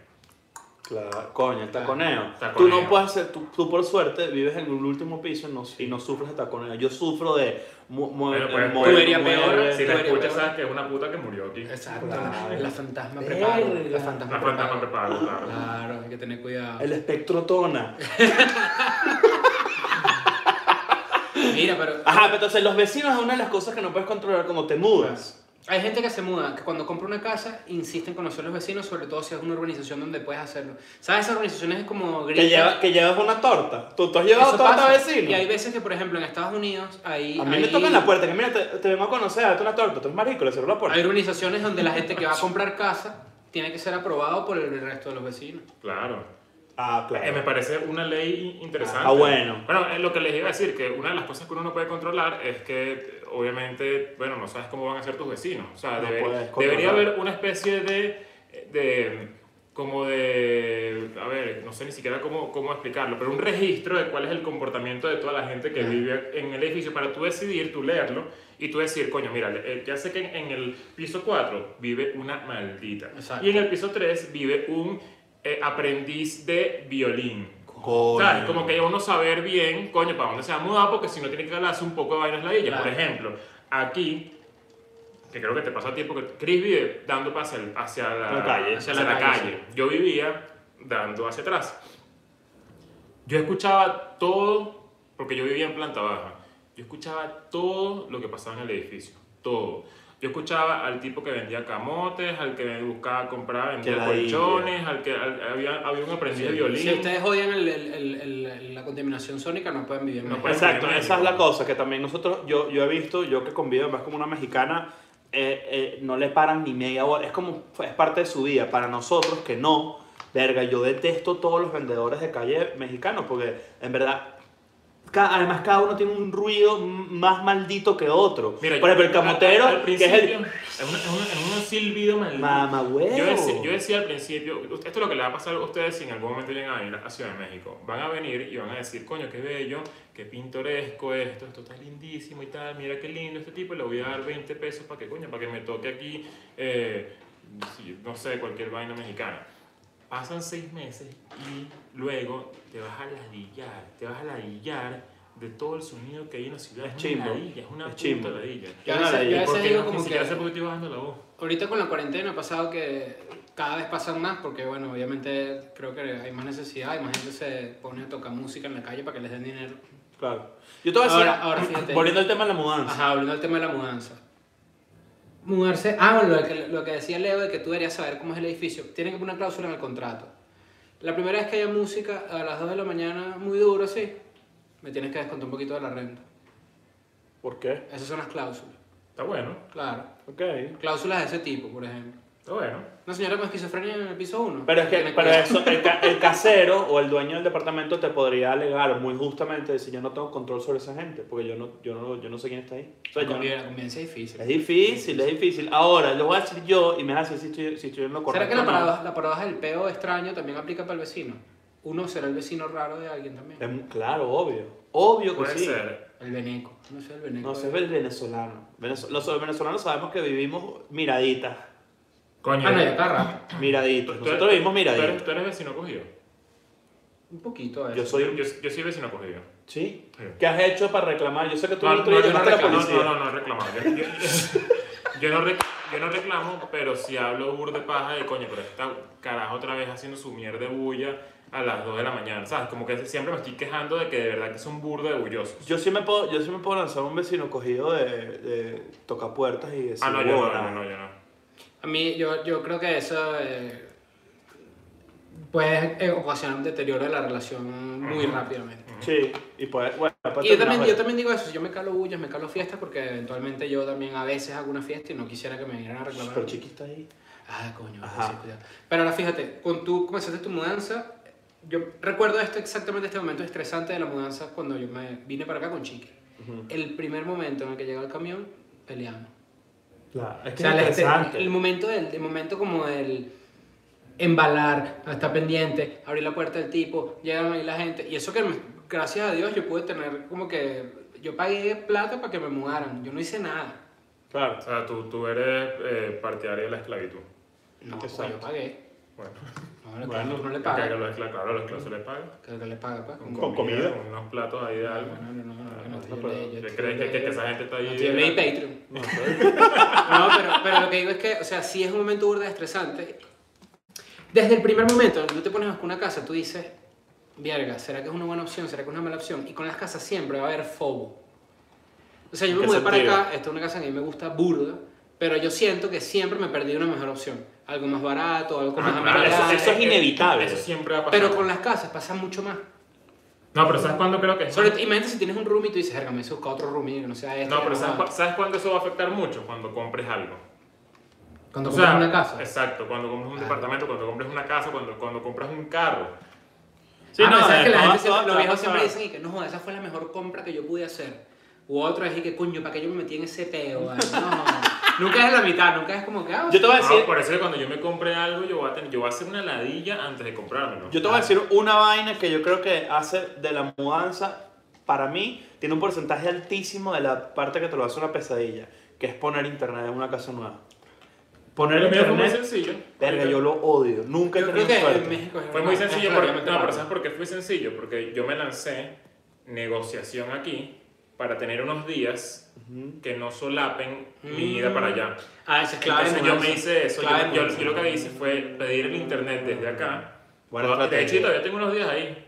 Claro, coño, el taconeo.
Taconeo.
Tú no puedes hacer, tú, tú por suerte vives en el último piso y no, y no sufres de taconeo. Yo sufro de. mu- mu-
Bueno,
eh,
pues,
mu-
tú
verías
mu-
peor.
Si
Sí.
la
Bueno,
escuchas,
pero-
sabes que es una puta que murió aquí.
Exacto.
Claro.
La fantasma
Verga.
preparo.
La
La fantasma
fantasma
preparo.
preparada, claro.
Claro, hay que tener cuidado.
El espectro tona.
Mira, pero
Ajá, pero entonces los vecinos es una de las cosas que no puedes controlar cuando te mudas.
hay gente que se muda, que cuando compra una casa insisten en conocer a los vecinos, sobre todo si es una urbanización donde puedes hacerlo. ¿Sabes? Esas organizaciones como
Que,
gringas.
lleva- que llevas una torta. Tú, tú has llevado
Eso
torta
pasa.
a vecinos.
Y hay veces que, por ejemplo, en Estados Unidos hay...
A mí me
hay-
tocan la puerta, que mira, te, te vengo a conocer, date una torta. Tú eres marico, le cierro la puerta.
Hay urbanizaciones donde la gente que va a comprar casa tiene que ser aprobado por el resto de los vecinos.
Claro.
Ah, claro.
Eh, me parece una ley interesante.
Ah, bueno.
Bueno, eh, lo que les iba a decir, que una de las cosas que uno no puede controlar es que, eh, obviamente, bueno, no sabes cómo van a ser tus vecinos. O sea,
No
debe-
puedes controlar.
debería haber una especie de, de, como de, a ver, no sé ni siquiera cómo, cómo explicarlo, pero un registro de cuál es el comportamiento de toda la gente que vive en el edificio para tú decidir, tú leerlo y tú decir, coño, mira, eh, ya sé que en, en el piso 4 vive una maldita.
Exacto.
Y en el piso 3 vive un eh, aprendiz de violín.
Coño.
¿Sabes? Como que uno saber bien, coño, para dónde se va a mudar, porque si no tiene que hablarse un poco de vainas ladillas.
Claro.
Por ejemplo, aquí, que creo que te pasa a ti, porque Chris vive dando hacia, el- hacia la,
La calle.
hacia la calle. Yo vivía dando hacia atrás. Yo escuchaba todo, porque yo vivía en planta baja. Yo escuchaba todo lo que pasaba en el edificio. Todo. Yo escuchaba al tipo que vendía camotes, al que buscaba comprar, vendía
ladilla.
colchones, al que al- había, había un aprendiz de violín.
Si ustedes odian el- el- el- el- la contaminación sónica, no pueden vivir en
No
México.
pueden.
Pues Exacto,
Bueno,
esa es
bueno.
la cosa que también nosotros, yo, yo he visto, yo que convivo más como una mexicana, eh, eh, no le paran ni media hora. Es como, es parte de su vida. Para nosotros que no, verga, yo detesto todos los vendedores de calle mexicanos porque en verdad, ca- además cada uno tiene un ruido m- más maldito que otro.
Mira,
Por
yo-
ejemplo, el
al- al-
camotero,
al
que es
principio,
el...
Es un, es un- es un silbido maldito.
Mamá, huevo.
Yo decía, yo decía al principio, esto es lo que le va a pasar a ustedes si en algún momento llegan a venir a Ciudad de México. Van a venir y van a decir, coño, qué bello, qué pintoresco esto, esto está lindísimo y tal, mira qué lindo este tipo, le voy a dar 20 pesos para que, coño, para que me toque aquí, eh, sí, no sé, cualquier vaina mexicana. Pasan seis meses y luego te vas a ladillar, te vas a ladillar de todo el sonido que hay en la ciudad. Es,
Es
una
chimbo,
ladilla, es una
es
puta
chimbo.
ladilla.
Yo
Es una
a veces- yo a
ladilla.
veces
Porque
digo
no,
como
ni
que
siquiera sé por qué estoy bajando la voz.
ahorita con la cuarentena ha pasado que cada vez pasan más porque, bueno, obviamente creo que hay más necesidad y más gente se pone a tocar música en la calle para que les den dinero.
Claro. Yo te voy a decir,
Ahora- ahora fíjate.
volviendo al tema de la mudanza.
Ajá, volviendo al tema de la mudanza. Mudarse. Ah, lo que, lo que decía Leo de que tú deberías saber cómo es el edificio. Tiene que poner una cláusula en el contrato. La primera vez que haya música a las 2 de la mañana, muy duro, sí, me tienes que descontar un poquito de la renta.
Ah.
¿Por qué?
Esas son las cláusulas.
Está bueno,
Claro.
Ok.
Cláusulas de ese tipo, por ejemplo.
está bueno.
Una señora con esquizofrenia en el piso 1.
Pero es que pero eso, el, ca- el casero o el dueño del departamento te podría alegar muy justamente decir yo no tengo control sobre esa gente porque yo no, yo no, yo no sé quién está ahí. O sea, yo
La
no-
convivencia, la convivencia es difícil.
es difícil, es difícil. Ahora, lo voy a decir yo y me vas a decir si estoy, si estoy en lo correcto.
¿Será que la
o no.
paradoja, la paradoja del peo extraño también aplica para el vecino? Uno será el vecino raro de alguien también.
Es mu- claro, obvio. Obvio que
Puede
Pues sí.
ser.
El veneco. No sé, el veneco.
No sé,
de-
es el venezolano. Venez- Los venezolanos sabemos que vivimos miraditas.
Coño.
Ah, no, ya carra.
Miraditos.
Tú eres-
Nosotros vivimos
tú eres-
miraditos.
Tú eres vecino cogido.
Un poquito de
Yo
eso.
soy
Yo,
un...
yo, yo soy vecino cogido.
¿Sí?
Sí.
¿Qué has hecho para reclamar? Yo sé que tú
No,
el
no,
otro día
yo no
llamaste a la
reclamo.
policía.
No, no, no, no reclamo. Yo, yo- yo no rec- yo no reclamo, pero si hablo burda de paja de coño, pero esta carajo otra vez haciendo su mierda de bulla a las 2 de la mañana. ¿Sabes? Como que siempre me estoy quejando de que de verdad que son burda de bullosos.
Yo sí me puedo, yo sí me puedo lanzar a un vecino cogido de, de tocapuertas y decir,
Ah, no, yo no,
"Huevona".
no, no, yo no.
A mí, yo, yo creo que eso eh, puede eh, ocasionar un deterioro de la relación muy rápidamente.
Sí, y pues, bueno, pues
Y yo
terminar,
también,
bueno.
yo también digo eso, si yo me calo bullas, me calo fiestas, porque eventualmente yo también a veces hago una fiesta y no quisiera que me vinieran a reclamar.
Pero chiquita ahí.
Ah, coño,
Ajá.
sí, cuidado. Pero ahora fíjate, con tú comenzaste tu mudanza, yo recuerdo esto exactamente este momento estresante de la mudanza cuando yo me vine para acá con Chiqui. El primer momento en el que llega el camión, peleamos.
Claro, es
O
que
sea,
es
la-
interesante.
el momento del el momento como del embalar, estar pendiente, abrir la puerta del tipo, llegan ahí la gente. Y eso que me- gracias a Dios yo pude tener como que yo pagué plata para que me mudaran. Yo no hice nada.
Claro.
O sea, tú, tú eres eh, partidario de la esclavitud.
No, pues,
Exacto.
yo pagué.
Bueno,
No, no,
Bueno,
no le
acá que
paga.
los esclavos, claro, los esclavos se les paga.
Que que le paga, pues.
Con,
Con
comida,
comida.
Con unos platos ahí de algo. Ah,
No, no, no, no, que no,
No,
estoy
pero-
hablando de- yo
¿Crees
estoy
que,
hablando
que
de-
esa gente está ahí?
No, estoy hablando de
No,
Patreon.
pero-
No, pero, pero lo que digo es que, o sea, sí es un momento burda estresante. Desde el primer momento, tú te pones a buscar una casa, tú dices, verga, ¿será que es una buena opción? ¿Será que es una mala opción? Y con las casas siempre va a haber fobo. O sea, yo me
¿En qué
mudé para
sentido?
acá, esta es una casa que a mí me gusta burda, pero yo siento que siempre me perdí una mejor opción. Algo más barato, algo con
Ah,
más
claro,
amenidades.
eso- eso es inevitable.
Eso siempre va a pasar.
Pero con las casas pasa mucho más.
No, pero ¿sabes cuándo creo que es?
Sobre, imagínate si tienes un roomie y tú dices, verga, me he buscado otro roomie que no sea este.
No,
que
pero ¿sabes,
sea".
cu- ¿sabes cuándo eso va a afectar mucho? Cuando compres algo.
Cuando
O
compras
sea,
una casa.
Exacto, cuando compras un
Ah.
departamento, cuando compras una casa, cuando, cuando compras un carro.
Sí,
ah,
no,
pero ¿sabes
eh,
que la
no,
gente
no,
siempre-
no,
los
no,
viejos
no,
siempre
no.
dicen y que no, joder, esa fue la mejor compra que yo pude hacer. U otro es y que coño, ¿para qué yo me metí en ese peo? vale? No, nunca es la mitad, nunca es como que. ah,
Yo te voy a
No, pues,
decir,
por eso que cuando yo me compre algo, yo voy a, tener, yo voy a hacer una ladilla antes de comprármelo. Ah.
yo te voy a decir una vaina que yo creo que hace de la mudanza, para mí, tiene un porcentaje altísimo de la parte que te lo hace una pesadilla, que es poner internet en una casa nueva. Poner
Pero el mío fue muy
internet,
sencillo.
verga, yo lo odio. Nunca he
yo creo
tenido
que en
suerte.
México es
Fue
una-
muy
es
sencillo, porque,
relativamente
no, pero
raro.
¿sabes por qué fue sencillo? Porque yo me lancé negociación aquí para tener unos días que no solapen mi ida para allá.
Ah, esa es Ah, clave.
Entonces
de
yo me
mudanza.
hice eso. Yo,
Clave de
yo-
mudanza.
yo lo que hice fue pedir el internet desde acá. Bueno,
Buena
de hecho,
estrategia.
yo todavía tengo unos días ahí.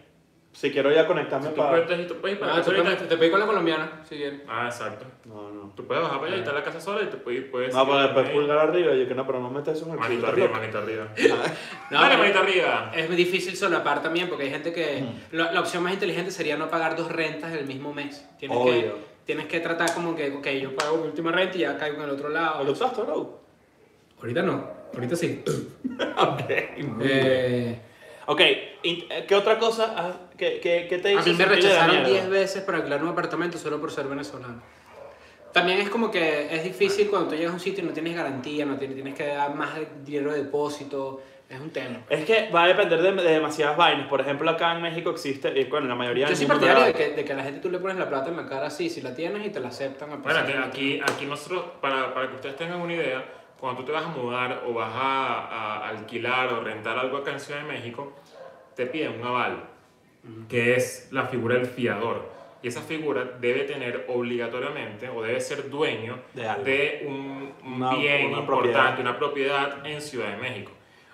Si quiero ya conectarme
Si tú
para...
puedes, si tú puedes ir para
Ah,
acá
tú
ahorita-
te, te pedí con la colombiana, si quieres.
Ah, exacto.
No, no.
Tú puedes bajar para allá y
Ah.
estar en la casa sola y te puedes. puedes
No, para después
ahí.
pulgar arriba. Yo que no, pero no metas eso en el
Manito
culo,
arriba,
loco.
manito arriba.
No,
Dale,
pero-
manito arriba.
Es muy difícil solapar también porque hay gente que. La, la opción más inteligente sería no pagar dos rentas el mismo mes. Tienes que
Obvio.
tienes que tratar como que, ok, yo pago mi última renta y ya caigo en el otro lado.
Ah, ¿Lo usaste, bro?
Ahorita no, ahorita sí.
Ok.
Eh,
Ok, in- eh, ¿qué otra cosa? ah, ¿Qué, qué, qué te
a
hizo
mí me
sentir de la
rechazaron
mierda?
10 veces para alquilar un apartamento solo por ser venezolano. También es como que es difícil cuando tú llegas a un sitio y no tienes garantía, no tienes, tienes que dar más dinero de depósito, es un tema.
Es que va a depender de, de demasiadas vainas. Por ejemplo, acá en México existe, y bueno, en la mayoría
Yo
del
soy
mundo
partidario de
laboral.
que, de que a la gente tú le pones la plata en la cara así, si la tienes y te la aceptan. a
Bueno,
pesar
aquí,
de-
aquí, aquí nosotros, para, para que ustedes tengan una idea, cuando tú te vas a mudar o vas a, a alquilar o rentar algo acá en Ciudad de México, te piden un aval, que es la figura del fiador. Y esa figura debe tener obligatoriamente o debe ser dueño
De algo.
de un, un
Una-
bien
una
importante, una propiedad en Ciudad de México.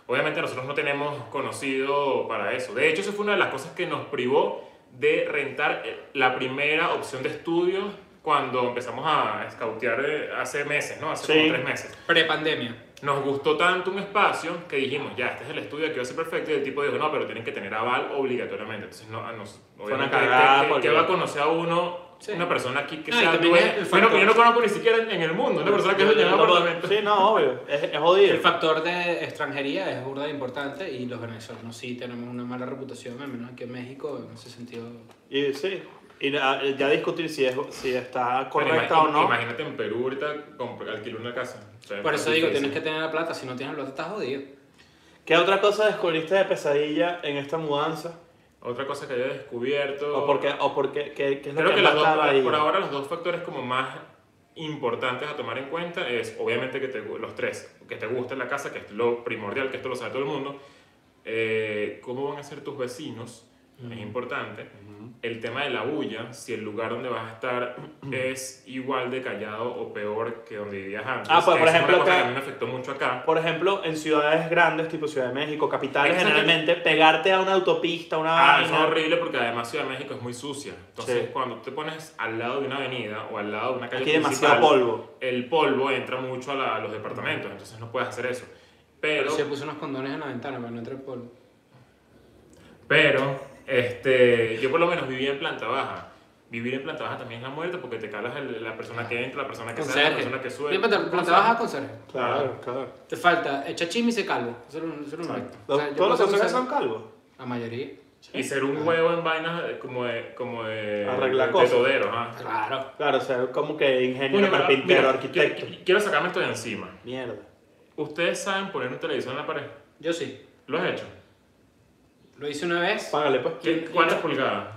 Obviamente nosotros no tenemos conocido para eso. De hecho, eso fue una de las cosas que nos privó de rentar eh, la primera opción de estudio cuando empezamos a escautear eh, hace meses, ¿no? Hace
Sí.
como tres meses.
Prepandemia.
Nos gustó tanto un espacio que dijimos, ya, este es el estudio que va a ser perfecto. Y el tipo dijo, no, pero tienen que tener aval obligatoriamente. Entonces, no, a nos, obviamente,
una cagada
¿qué- qué-
porque-
qué va a conocer a uno?
Sí.
Una persona aquí que
No, y
sea
también es
dueña.
el
Bueno,
factor-
que yo no conozco ni siquiera en, en el mundo. Una persona que es
Yo-
dueña de
yo
un
tampoco-
apartamento.
Sí, no, obvio. Es, es jodido.
El factor de extranjería es burda de importante y los venezolanos sí tenemos una mala reputación, al menos aquí en México, en ese sentido.
Y sí. Y ah, ya discutir si, es, si está
Bueno,
correcta
imagi-
o no.
Imagínate en Perú ahorita comp- alquilar una casa. O sea,
Por
es
eso digo,
difícil.
tienes que tener la plata, si no tienes la plata estás jodido.
¿Qué otra cosa descubriste de pesadilla en esta mudanza?
Otra cosa que haya descubierto.
¿O por qué? ¿O por qué, qué, qué es lo
Creo que,
que
las
más
dos,
te da la
por
ida?
ahora los dos factores como más importantes a tomar en cuenta es obviamente que te, gu- los tres, que te guste la casa, que es lo primordial, que esto lo sabe todo el mundo, eh, cómo van a ser tus vecinos, es importante, el tema de la bulla, si el lugar donde vas a estar es igual de callado o peor que donde vivías antes.
Ah, pues,
que
por
esa es una
ejemplo,
cosa que
acá-
a mí me afectó mucho acá.
Por ejemplo, en ciudades grandes, tipo Ciudad de México, capitales
Exacto.
generalmente, pegarte a una autopista, una
Ah, eso
vaina.
es horrible porque además Ciudad de México es muy sucia. Entonces,
Sí.
cuando te pones al lado de una avenida o al lado de una calle
Aquí hay
principal,
demasiado polvo.
el polvo entra mucho a, la- a los departamentos, entonces no puedes hacer eso. Pero,
Pero se puso unos condones en la ventana para no entrar polvo.
pero, este, yo por lo menos vivía en planta baja. Vivir en planta baja también es la muerte porque te calas el- la persona que entra, la persona que sale, la
Conserje.
persona que sube.
Siempre te planta baja conserje.
Ah.
Claro, claro.
Te falta echa chimis y calvo. Eso era un, eso era un reto. O sea, yo
¿Todos los
puedo ser
personajes son
conserje-
calvos?
La mayoría.
Y ser un huevo en vainas eh, como de, como de,
Arreglar
de
cosas.
todero, ajá.
Claro.
Claro, o sea, como que ingeniero,
Bueno, pero,
carpintero,
mira,
arquitecto.
Quiero, quiero sacarme esto de encima.
Mierda.
¿Ustedes saben poner un televisor en la pared?
Yo sí.
¿Lo has hecho?
Lo hice una vez.
Págale, pues.
¿Qué- ¿Cuántas pulgadas?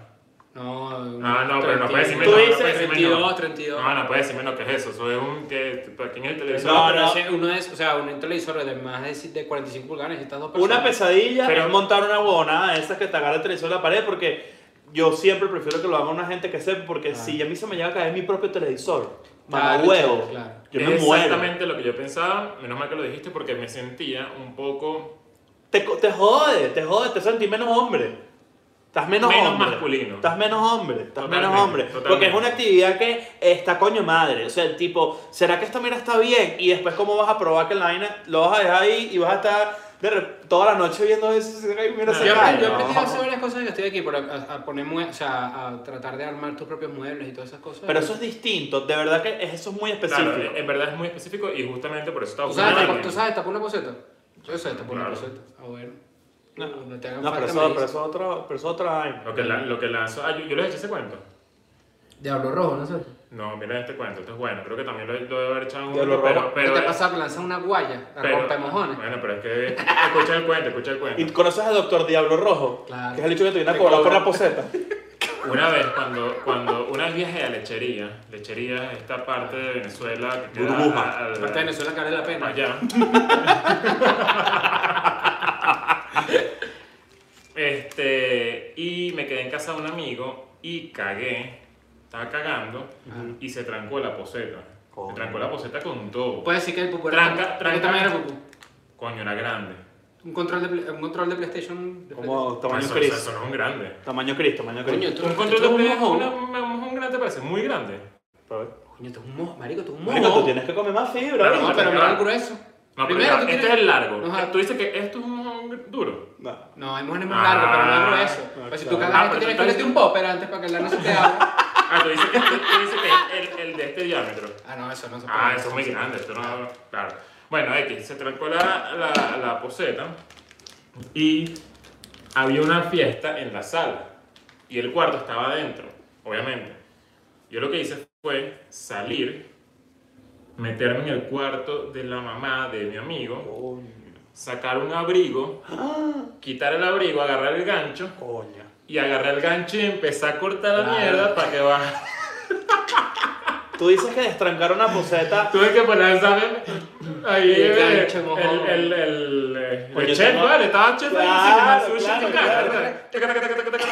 No,
Ah, no, pero no puedes decirme
Tú
no, no
dices
puedes decirme
32,
no.
32.
No, no puedes decirme no, que es eso. Eso es un. Que, ¿Para quién es el televisor?
No,
No, pero
no.
ese uno es, o sea, un televisor de más de, de 45 pulgadas necesitas dos personas.
Una pesadilla
Pero-
es montar una huevonada de esas que te agarra el televisor en la pared porque yo siempre prefiero que lo haga una gente que sepa porque
Ah.
si a mí se me llega a caer mi propio televisor, mamá
Claro,
huevo,
claro.
yo
Es
me muero.
Ah, Exactamente lo que yo pensaba. Menos mal que lo dijiste porque me sentía un poco
Te, co- te jode, te jode, te sentís menos hombre. Estás menos,
Menos
hombre.
masculino.
Estás menos hombre, estás menos
Totalmente,
hombre. Porque
totalmente.
es una actividad que está coño madre. O sea, el tipo, ¿será que esta mira está bien? Y después, ¿cómo vas a probar que la vaina lo vas a dejar ahí y vas a estar de rep- toda la noche viendo eso? si se cae, mira, se
Yo,
cae?
yo aprendí
No.
a hacer varias cosas que estoy aquí, por a, a poner mue- o sea, a tratar de armar tus propios muebles y todas esas cosas.
Pero eso es distinto, de verdad que eso es muy específico.
Claro, eh, en verdad es muy específico y justamente por eso estaba
¿Tú
buscando a
sabes,
alguien.
tapar- ¿Tú sabes tapar una coseta? Yo sé tapar una
Claro.
coseta. Ah, bueno.
No,
Donde te hagan
No, pero
falta
eso,
me
pero
dices.
eso es otro, pero eso es otra vaina.
Lo que, la- lo que lanzó. Ah, yo, yo les eché ese cuento.
Diablo rojo, ¿no sé.
No, mira este cuento. Esto es bueno. Creo que también lo, lo debo haber echado un
Yo lo
pero, pero,
robo.
¿Qué te pasa? Lanzas una guaya, la
pero-
rompe mojones.
Bueno, pero es que. Escucha el cuento, escucha el
¿Y
cuento.
conoces al doctor Diablo Rojo?
Claro.
Que es el hecho que te viene a
Te
cobrar por
cobra.
la poseta.
Una vez, cuando, cuando una vez viajé a Lechería, Lechería es esta parte de Venezuela que queda
Burbuja.
a- a- a-
Aparte de Venezuela que vale la pena.
allá. este, y me quedé en casa de un amigo y cagué, estaba cagando y se trancó la poseta.
Coño.
Se trancó la poseta con todo.
Puedes decir que el pupú era
Tranca,
¿Qué
tranca.
tamaño era el pupú?
Coño, era grande.
Un control de, Play- un control de PlayStation. de
Como tamaño
Eso-
Chris.
eso no es un grande.
Tamaño Chris, tamaño Chris.
Coño, tú-
Un control de play, una- una- un grande te parece muy grande.
A ver.
Coño, tú es un mojo, marico, tú es un mojo.
Marico, tú tienes que comer más fibra.
Claro,
¿no?
No, pero mira el grueso.
No, pero
Primero
ya,
tú
este es
tienes-
el largo.
Ajá.
Tú dices que esto es un mojón duro.
No.
No, hay mojones más largo, pero no
Ah,
es grueso.
ah,
Pues si
claro.
tú
Ah,
cagas,
pero
esto, tienes
tú
que
estás-
meterte un popper antes para que el ano se te abra.
Ah, tú dices que, tú dices que es el, el de este diámetro.
Ah, no, eso no se puede.
Ah, eso es muy grande, esto no. Claro. Bueno, X, se trancó la, la, la poseta y había una fiesta en la sala y el cuarto estaba adentro, obviamente. Yo lo que hice fue salir, meterme en el cuarto de la mamá de mi amigo,
Coño,
sacar un abrigo, quitar el abrigo, agarrar el gancho
coño.
y agarrar el gancho y empezar a cortar la
Claro.
mierda para que baje.
Tú dices que destrancar una poseta.
Tuve que poner, ¿sabes? Ahí
Y el
eh,
gancho mojón.
el, el, el, eh, el,
Porque
chef,
tengo-
vale, estaba chef
Claro,
ahí sin el sushi.
claro,
taca,
claro.
taca, taca, taca, taca, taca, taca.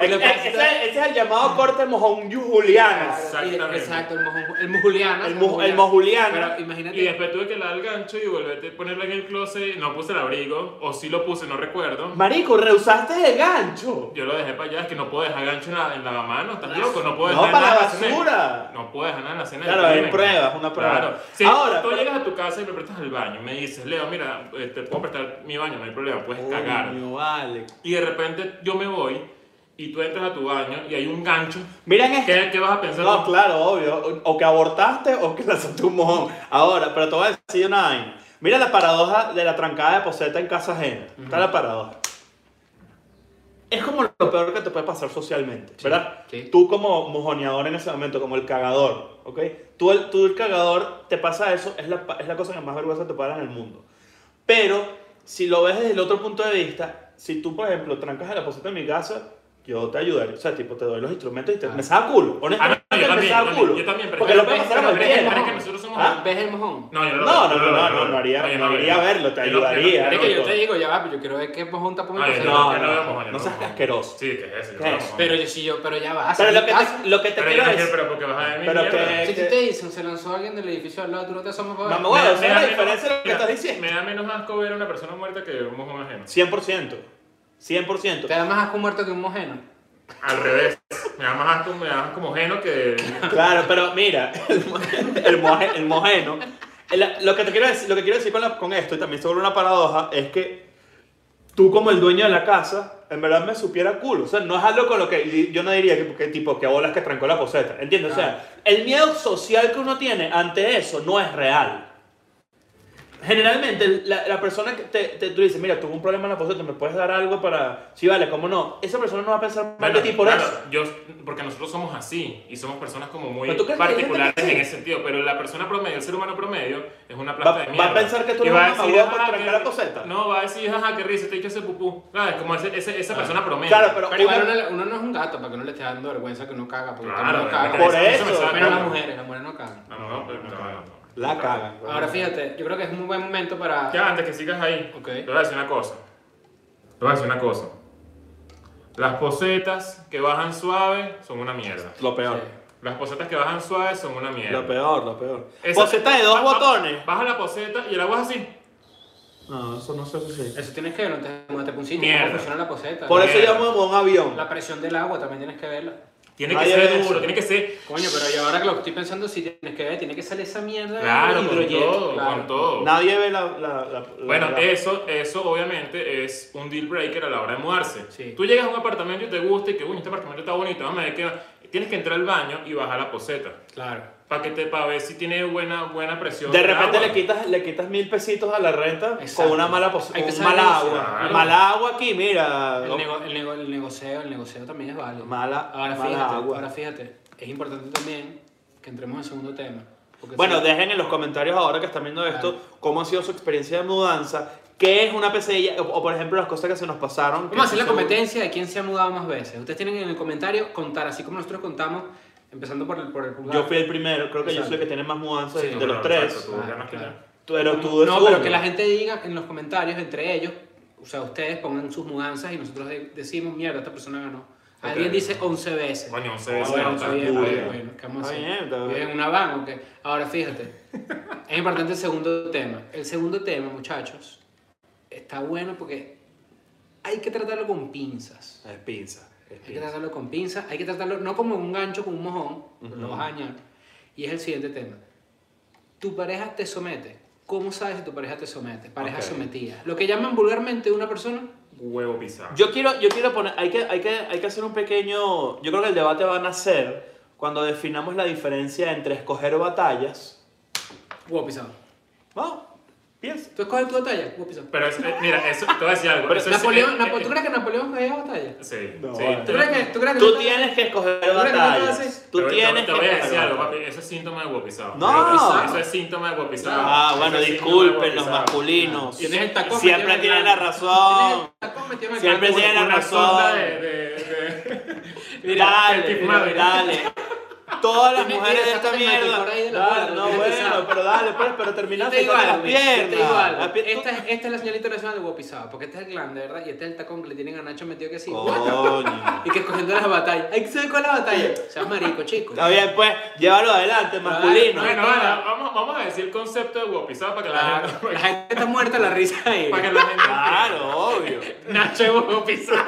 Eh, eh, ese, ese es el llamado corte mojón juliana.
Exactamente.
Exacto, el mojo- el mojuliano.
El mo- el mojuliano.
Pero
Y
imagínate.
después tuve que dar el gancho y volverte a ponerlo en el closet. No puse el abrigo, o sí lo puse, no recuerdo.
Marico, rehusaste el gancho.
Yo lo dejé para allá, es que no puedo dejar gancho en la, en mano, estás loco, no puedo
No,
dejar
para
nada
la
en cena.
basura.
No puedo dejar nada en la cena.
Claro,
del
hay
crimen.
pruebas, una prueba.
Claro. Si
Ahora,
tú
pero-
llegas a tu casa y me prestas el baño, me dices, Leo, mira, eh, te puedo prestar mi baño, no hay problema, puedes cagar.
Coño, vale.
Y de repente yo me voy y tú entras a tu baño y hay un gancho.
Miren esto.
¿Qué, qué vas a pensar?
No, claro, obvio. O- O que abortaste o que lanzaste un mojón. Ahora, pero te voy a decir una vaina. Mira la paradoja de la trancada de poseta en casa ajena. Está la paradoja. Es como lo peor que te puede pasar socialmente, ¿verdad?
sí.
Tú como mojoneador en ese momento, como el cagador, ¿ok? Tú el, tú el cagador, te pasa eso, es la, pa- es la cosa que más vergüenza te puede dar en el mundo. Pero, si lo ves desde el otro punto de vista, si tú, por ejemplo, trancas a la poseta en mi casa, yo te ayudaré. O sea, tipo, te doy los instrumentos y te...
Ah.
Me saca culo,
Ah,
honestamente.
no, yo
me
también, yo
saca culo.
también, yo también, pero
Porque
es
lo
que-
puede pasar a
pero- pero es que-
cualquiera.
pero es que nosotros somos-
¿Ah?
¿Ves el mojón?
No, yo
No,
lo- yo
no,
lo-
no,
yo
no, no haría-
yo
no
lo-
iría a verlo, te
yo lo- yo lo-
ayudaría,
yo
Es
lo-
no,
que yo
no.
te digo, ya va, pero yo quiero ver qué mojón está
Ah,
poniendo.
yo
ese
no-
loco.
yo
no,
veo
no,
mojones,
no seas
mojones.
asqueroso.
Sí, que es eso.
¿Qué es?
Pero yo sí, yo, pero ya va.
Pero
si
lo que
estás-
te, lo que te
Pero
quiero
yo dije,
decir...
pero porque vas a ver mi
Pero
mierda.
que-
Si te dicen, se lanzó alguien del edificio al lado, tú no te asomas para ver.
Mamá, Bueno,
Me-
esa
me
es
da
la
menos-
diferencia de lo que
mira,
estás diciendo.
Me da menos asco ver a una persona muerta que un mojón ajeno.
100%. 100%.
Te da más asco muerto que un mojeno.
Al revés. Me da más asco, me da más como ajeno que...
Claro, pero mira, el, mo- el moje- el mojeno. el- lo, que te quiero decir, lo que quiero decir con, la- con esto, y también sobre una paradoja, es que tú como el dueño de la casa, en verdad me supiera culo. O sea, no es algo con lo que y yo no diría que, que tipo, que bolas que trancó la poseta. ¿Entiendes? O
Ah.
sea, el miedo social que uno tiene ante eso no es real. Generalmente, la, la persona que te, te- tú dices, mira, tuve un problema en la poseta, ¿me puedes dar algo para...? Sí, vale, ¿cómo no? Esa persona no va a pensar mal de ti por
claro,
eso.
yo, porque nosotros somos así y somos personas como muy
Pero tú crees que hay gente
particulares
que sí.
en ese sentido, pero la persona promedio, el ser humano promedio, es una
Va-
plata de
va a
mierda.
pensar que tú
Y va
eres un
a decir,
mamahuevo por
"Ajá,
trancar
que-
la coseta".
No, va a decir, jaja, qué risa, te he hecho ese pupú. ¿Sabes? Como ese, ese- esa persona promedio.
Ah. Claro, pero,
Pero igual
una-
uno, uno no es un gato para que no le esté dando vergüenza que uno caga, porque
Claro,
uno no
me
caga.
Por
parece-
eso,
me saca,
Menos
¿no?
las mujeres, las mujeres no cagan.
No, no, pero- no, no, no.
La cagan.
Ahora fíjate, yo creo que es un muy buen momento para.
Ya, antes que sigas ahí,
Ok.
te voy a decir una cosa. Te voy a decir una cosa. Las posetas que bajan suave son una mierda.
Lo peor.
Las posetas que bajan suave son una mierda.
Lo peor, lo peor.
Esa-
Poseta de dos
ba- ba-
botones.
Baja la poseta y el agua es así.
No, eso no se sucede.
Eso tienes que verlo antes de mudarte para un sitio,
Mierda.
cómo funciona la poseta.
Por
la,
eso yo me muevo un avión.
la presión del agua también tienes que verla.
Tiene que
Nadie
ser
ve eso.
duro, tiene que ser.
Coño, pero yo ahora que lo estoy pensando, sí tienes que ver, tiene que salir esa mierda. de
Claro, con
hidrojet,
todo,
claro.
con todo.
Nadie ve la. la- la-
Bueno,
la-
eso, eso obviamente es un deal breaker a la hora de mudarse.
Sí.
Tú llegas a un apartamento y te gusta y que, uy, este apartamento está bonito, vamos a ver qué va". Tienes que entrar al baño y bajar la poseta.
Claro.
Para que te, para ver si tiene buena, buena presión.
De repente
agua.
le quitas, le quitas mil pesitos a la renta con
Exacto.
una mala pos-
Hay que
con
saber
mala agua.
negociar.
Claro.
Mala agua aquí, mira.
El, nego- el, nego- el negocio, el negocio también es válido.
Mala-
ahora,
mala
fíjate,
agua.
ahora fíjate, es importante también que entremos al segundo tema. porque
Bueno,
si-
dejen en los comentarios ahora que están viendo esto
Claro.
cómo ha sido su experiencia de mudanza, qué es una pesadilla, o, o por ejemplo las cosas que se nos pasaron. que
Vamos a hacer la
seguro-
competencia de quién se ha mudado más veces. Ustedes tienen en el comentario contar, así como nosotros contamos, empezando por el, por el pulgar.
Yo fui el primero, creo que yo soy el
este. Exacto.
que tiene más mudanzas
Sí,
de
Bueno,
los
exacto,
tres.
tú
Ah,
ganaste
claro.
ya.
Tú eres tú de
no,
segundo.
pero que la gente diga en los comentarios, entre ellos, o sea, ustedes pongan sus mudanzas y nosotros de- decimos, mierda, esta persona ganó. Alguien
Ok.
dice 11 veces.
Coño, 11
Ah,
veces,
bueno,
no,
está
está
bien,
bien.
está bien, bueno, ¿qué vamos a
Está
hacer?
bien, está bien.
Viven en una van, ok. Ahora, fíjate, es importante el segundo tema. El segundo tema, muchachos, está bueno porque hay que tratarlo con pinzas.
Es pinza. es
Hay que
pinza.
tratarlo con pinzas, hay que tratarlo no como un gancho, con un mojón, lo vas a dañar. Y es el siguiente tema. Tu pareja te somete. ¿Cómo sabes si tu pareja te somete? Pareja
Ok.
sometida. Lo que llaman vulgarmente una persona
huevo pisado.
Yo quiero, yo quiero poner, hay que, hay, que, hay que hacer un pequeño, yo creo que el debate va a nacer cuando definamos la diferencia entre escoger batallas.
Huevo pisado.
Vamos, piensa.
¿Tú escoges tu batalla? Huevo pisado.
Pero es- eh, mira, eso, te voy a decir algo. eso es-
Napoleón,
eh,
Napo-
eh,
¿Tú crees que Napoleón cogía batalla?
Sí,
No,
sí.
vale.
¿Tú crees que, tú crees que
Tú
no-
tienes que escoger
Pero, ¿verdad que no te
batallas.
haces?
Tú
Te voy-
tienes
te
que
voy a decir
escoger
algo, papi.
batallas.
Eso es síntoma de guapizado.
No.
Eso es síntoma de guapizado.
Ah, bueno,
Eso es síntoma
disculpen
de
los
guapizado.
masculinos.
Tienes el tacón metido
Siempre
en
tienen
el
la
ano. Tienes
razón.
el tacón metido en el
Siempre
ano.
tiene-
Una
Tienes razón.
sonda de- de- de- Mira,
Dale,
el Tip Maverick.
dale. Todas las
Tienes-
mujeres de
mira,
esta
sácate el
mierda.
maricón ahí de la
Dale,
bola,
no,
porque te
bueno,
sabe.
pero dale, pues, pero
Yo
terminaste
te digo
con las
algo, yo te digo
piernas.
algo.
Las pier-
Esta, es- esta es la señal internacional de huevo pisado, porque este es el glande, ¿verdad? Y este es el tacón que le tienen a Nacho metido que así.
Oh. Coño.
Y que escogiendo las batallas. Hay que saber cuál es la batalla. O sea, marico, chico.
Está bien, pues, llévalo adelante, masculino.
Bueno, ahora vamos, vamos a decir el concepto de guapizado para que la
Claro,
gente.
la gente está muerta de la risa ahí.
Para que la gente.
Claro, obvio.
Nacho es guapizado.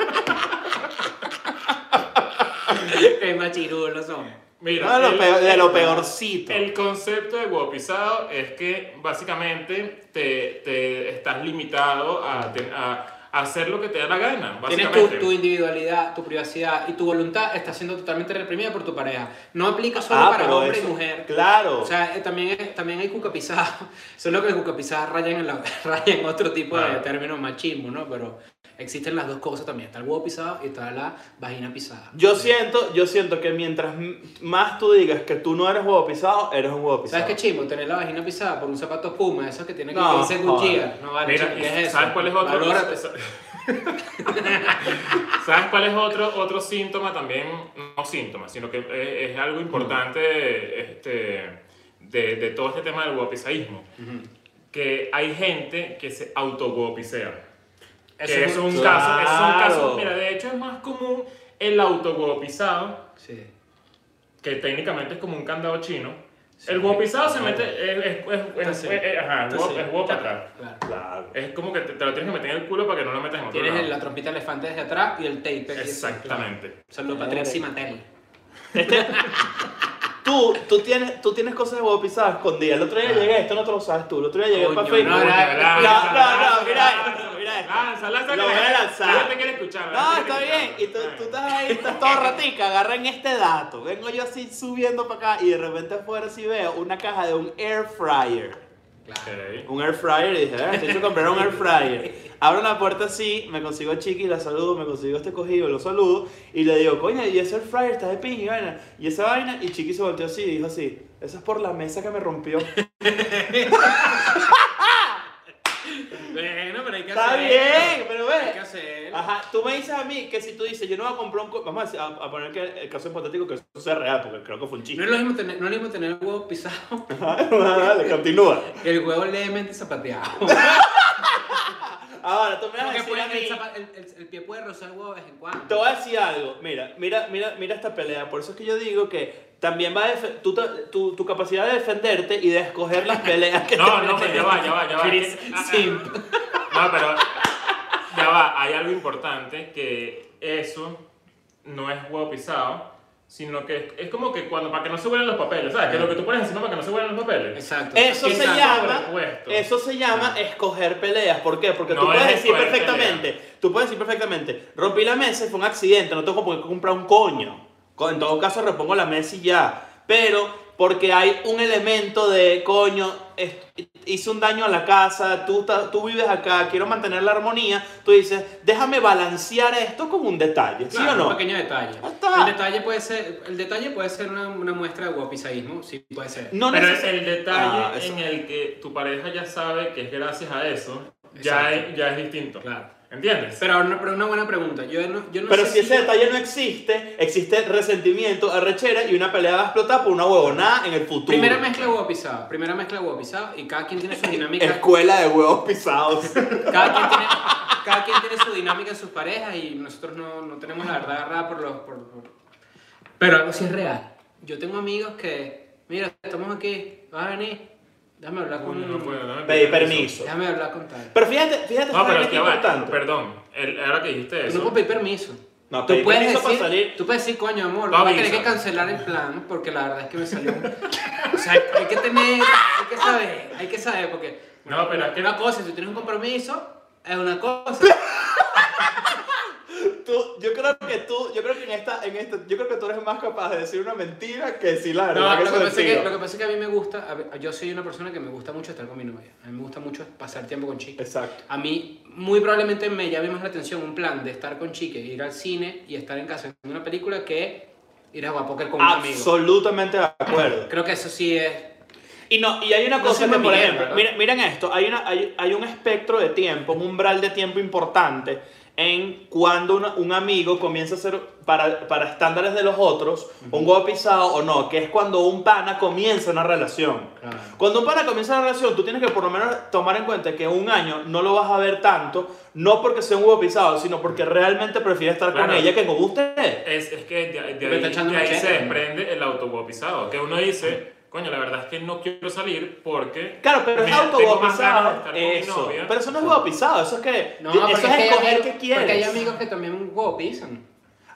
Qué machirulos son.
Mira.
No, de
el-
lo peor- de lo peorcito.
El concepto de guapizado es que básicamente te, te estás limitado a, te- a hacer lo que te da la gana.
Tienes
Básicamente.
tu, tu individualidad, tu privacidad y tu voluntad está siendo totalmente reprimida por tu pareja. No aplica solo
Ah,
para
pero
hombre
eso-
y mujer.
claro.
O sea, eh, también, es- también hay cuca pisada. Solo que el cuca pisada raya en, la- raya en otro tipo de
Claro.
término machismo, ¿no? Pero existen las dos cosas también. Está el huevo pisado y está la vagina pisada.
Yo siento, yo siento que mientras m- más tú digas que tú no eres huevo pisado, eres un huevo pisado.
¿Sabes qué chimbo? Tener la vagina pisada por un zapato Puma, esos que tienen que
No,
15
joder.
Gucci. No vale,
Mira,
chico,
y
¿qué es eso?
¿sabes cuál es otro?
Valórate.
¿Sabes cuál es otro, otro síntoma también? No síntoma, sino que es, es algo importante este, de, de todo este tema del guapizaísmo. Que hay gente que se autoguapicea.
Eso
que
es
es un
un-
caso, es un caso,
Claro.
mira, de hecho es más común el autoguapizado
Sí.
que técnicamente es como un candado chino. El guapizado
Ah.
se mete, es, es, es, es-
Así.
es- ajá, es
Entonces,
guap- es guapa acá.
Claro.
Claro.
Es como que te, te lo tienes que meter en el culo para que no lo metas en otro
Tienes
lado.
la trompita elefante desde atrás y el tape. aquí.
Exactamente.
Saludos para Trixie Mattel.
Tú, tú, tienes, tú tienes cosas de huevo pisado escondidas. El otro día llegué, esto no te lo sabes tú. El otro día llegué
Ah. Coño,
para Facebook.
no, era-
no,
Lanza, lanza, Lanza,
no, no, mira esto, mira esto.
lanza, que
Lo voy
la
a
gente-
lanzar.
la gente quiere escuchar. la
No,
gente
está
quiere
bien. Y tú,
escuchar.
tú estás ahí, estás todo ratica, agarran este dato. Vengo yo así subiendo para acá y de repente afuera sí veo una caja de un air fryer.
Ok.
Un air fryer y dije, eh, hecho comprar un air fryer. Abro la puerta así, me consigo a Chiqui, la saludo, me consigo este cogido, lo saludo y le digo, coño, y ese air fryer está de pinga, y vaina. Y esa vaina, y Chiqui se volteó así y dijo así, eso es por la mesa que me rompió.
Bueno, pero hay que
está
hacer-
bien, pero
Hay que
ve.
hacerlo.
Ajá, tú me dices a mí que si tú dices, yo no voy a comprar un... co-", Vamos a, decir- a- a poner que el caso hipotético que eso sea real, porque creo que fue un
No
chiste.
es lo mismo tener, no es lo mismo tener el huevo pisado
Dale, continúa.
que el huevo levemente zapateado.
Ahora, tú me vas a
Porque
decir
puede-
a mí...
el, zapa- el- el- el pie puede rozar el huevo de vez en cuando.
Te voy a decir algo, mira, mira, mira, mira esta pelea, por eso es que yo digo que también va a defe- tu, ta- tu, tu capacidad de defenderte y de escoger las peleas que
No, no, pero ya va, ya va, ya va.
Chris
Ah, ah.
Simp.
No, pero ya va, hay algo importante que eso no es huevo pisado, sino que es, es como que cuando para que no se vuelen los papeles, ¿sabes? Que lo que tú pones encima para que no se vuelen los papeles.
Exacto.
Eso se,
Exacto.
llama,
Sobrepuesto.
eso se llama escoger peleas. ¿Por qué? Porque
Ah. No
tú puedes
es
decir
escoger
perfectamente, tú puedes decir perfectamente, rompí la mesa y fue un accidente, no tengo por qué comprar un coño. Co- En todo caso, repongo la mesa y ya. Pero porque hay un elemento de coño, es- hice un daño a la casa, tú, ta- tú vives acá, quiero mantener la armonía, tú dices, déjame balancear esto con un detalle, ¿sí
Claro,
o no?
Un pequeño detalle.
Ya está.
El detalle puede ser, el detalle puede ser una, una muestra de guapisaísmo, sí puede ser.
No
pero
neces-
el detalle
Ah, eso.
en el que tu pareja ya sabe que es gracias a eso, ya
Exacto.
es, ya es distinto.
Claro.
¿Entiendes?
Pero una, pero una buena pregunta. Yo no, yo no
Pero
sé
si ese detalle no existe, existe resentimiento, arrechera y una pelea va a explotar por una huevonada en el futuro.
Primera mezcla de huevo pisado, primera mezcla de huevo pisado y cada quien tiene sus dinámicas.
Escuela de huevos pisados.
Cada quien, tiene, cada quien tiene su dinámica en sus parejas y nosotros no, no tenemos la verdad agarrada por los... por- por- Pero algo sí es real. Yo tengo amigos que, mira, estamos aquí, vas a venir, déjame hablar con...
Coño, no puedo, dame
Pedí permiso.
Déjame hablar con tal.
Pero fíjate, fíjate,
No, pero
¿sabes
es
qué
que
es
va,
importante?
perdón, el- ahora que dijiste
Tú no
eso,
puedes pedir permiso.
No,
tú
pedir
puedes
permiso para
decir,
salir-
Tú puedes decir, coño, amor,
No
voy a tener
avisa.
que cancelar el plan porque la verdad es que me salió. un- o sea, hay que tener, hay que saber, hay que saber porque.
No, pero es que-
una cosa, si tú tienes un compromiso, es una cosa.
tú, yo creo que tú, yo creo que en esta, en esta, yo creo que tú eres más capaz de decir una mentira que decir la verdad.
No,
que
lo que,
eso
pasa es
decido.
que, lo que pasa es que a mí me gusta, a ver, yo soy una persona que me gusta mucho estar con mi novia. A mí me gusta mucho pasar tiempo con chicas.
Exacto.
A mí, muy probablemente me llame más la atención un plan de estar con chicas, ir al cine y estar en casa viendo una película que ir a jugar póker con un amigo.
Absolutamente de acuerdo.
Creo que eso sí es.
Y no, y hay una
No
cosa
soy
que, por
mamiguero,
ejemplo,
¿no?
mira- miren esto, hay, una, hay, hay un espectro de tiempo, un umbral de tiempo importante en cuando una- un amigo comienza a ser, para, para estándares de los otros, un huevo pisado o no, que es cuando un pana comienza una relación.
Claro.
Cuando un pana comienza una relación, tú tienes que por lo menos tomar en cuenta que un año no lo vas a ver tanto, no porque sea un huevo pisado, sino porque realmente prefieres estar
Claro.
con ella que con usted.
Es, es que de, de
Me
ahí,
está echando
de ahí se
machete, ¿no?
desprende el autobopizado. Que uno dice, coño, la verdad es que no quiero salir porque.
Claro, pero es
mira, tengo más ganas de
autobopizado.
estar con mi
Eso.
novia".
Pero eso no es guapizado, eso es que.
No,
eso
porque
es
es que hay
escoger
amigos-
qué quieres.
Porque hay amigos que también guapizan.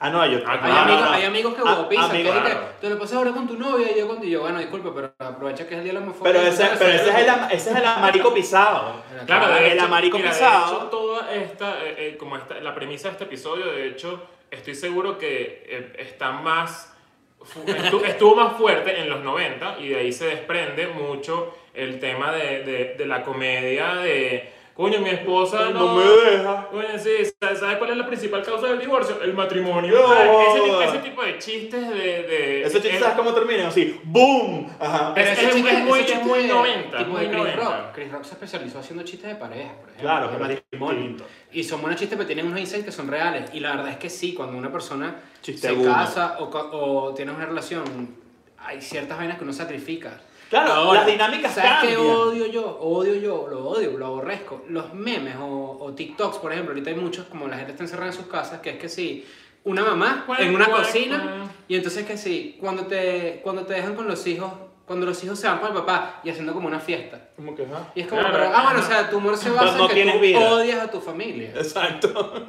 Ah, no, yo.
Ah,
Ah,
Hay,
no,
amigos,
no, no.
hay amigos que
Ah,
guapizan. que
amigos,
dicen,
claro.
Te lo pasas ahora con tu novia y yo con y yo, bueno, disculpa, pero aprovecha que es el día de la homofobia.
Pero
y
ese,
tú
pero ese
sabes-
es el, am- ese es el amarico pisado.
Claro,
Ah,
de
el
hecho,
amarico
mira, de
pisado.
hecho, toda esta, eh, eh, como esta, la premisa de este episodio, de hecho, estoy seguro que eh, está más, fu- estu- estuvo más fuerte en los 90 y de ahí se desprende mucho el tema de, de- de la comedia de, coño, mi esposa
No
no,
me deja.
Coño, sí, ¿sabes sabes cuál es la principal causa del divorcio? El matrimonio.
No.
Ah, Ese, tipo, ese tipo de chistes de... de
Ese chiste,
es-
¿sabes cómo terminan? Así, ¡boom! Ajá.
Es-
ese
es
chiste-
muy-
ese
muy-
chiste
es muy
de-
90,
Tipo de
muy
Chris
90.
Rock. Chris Rock se especializó haciendo chistes de parejas, por ejemplo.
Claro,
de
pero es
matrimonio.
distinto.
Y son buenos chistes, pero tienen unos insights que son reales. Y la verdad es que sí, cuando una persona
Chiste
se
agudo.
casa o, ca- o tiene una relación, hay ciertas vainas que uno sacrifica.
Claro, las dinámicas
¿sabes qué
cambian?
odio yo? Odio yo, lo odio, lo aborrezco. Los memes o, o TikToks, por ejemplo, ahorita hay muchos, como la gente está encerrada en sus casas, que es que sí, una mamá
Cuac,
en una
cuac,
cocina
cuac.
y entonces que sí, cuando te, cuando te dejan con los hijos, cuando los hijos se van con el papá y haciendo como una fiesta.
Como que, ajá.
Y es como,
Claro,
pero, ah, bueno, o
ajá.
sea, tu humor se basa
Pero no
en que
tienes
tú
vida.
odias a tu familia.
Exacto.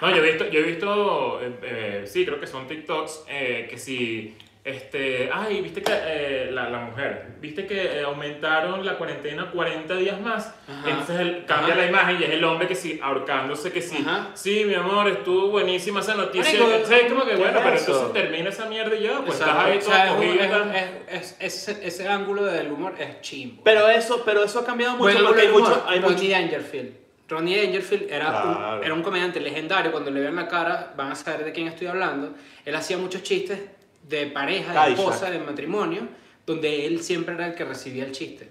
No, yo he visto, yo he visto eh, eh, sí, creo que son TikToks eh, que si, este, ay, viste que eh, la, la mujer, viste que eh, aumentaron la cuarentena 40 días más,
Ajá.
entonces él cambia
Ajá.
la imagen y es el hombre que sí, ahorcándose, que sí,
Ajá.
sí, mi amor, estuvo buenísima esa noticia,
Marico,
o sea, es como que
¿qué
bueno,
es
pero
eso?
entonces termina esa mierda y ya, pues
O sea,
estás ahí
o
todo
sea, es un-
cogido y tal.
es- es- es- ese- Ese ángulo del humor es chimbo.
Pero eso, pero eso ha cambiado mucho
Bueno, pues
porque hay
volvemos
mucho.
a
Hay mucho-
Ronnie Dangerfield. Ronnie Dangerfield era,
Claro.
un, era un comediante legendario. Cuando le vean la cara, van a saber de quién estoy hablando. Él hacía muchos chistes de pareja, de
Caddyshack.
esposa, de matrimonio, donde él siempre era el que recibía el chiste.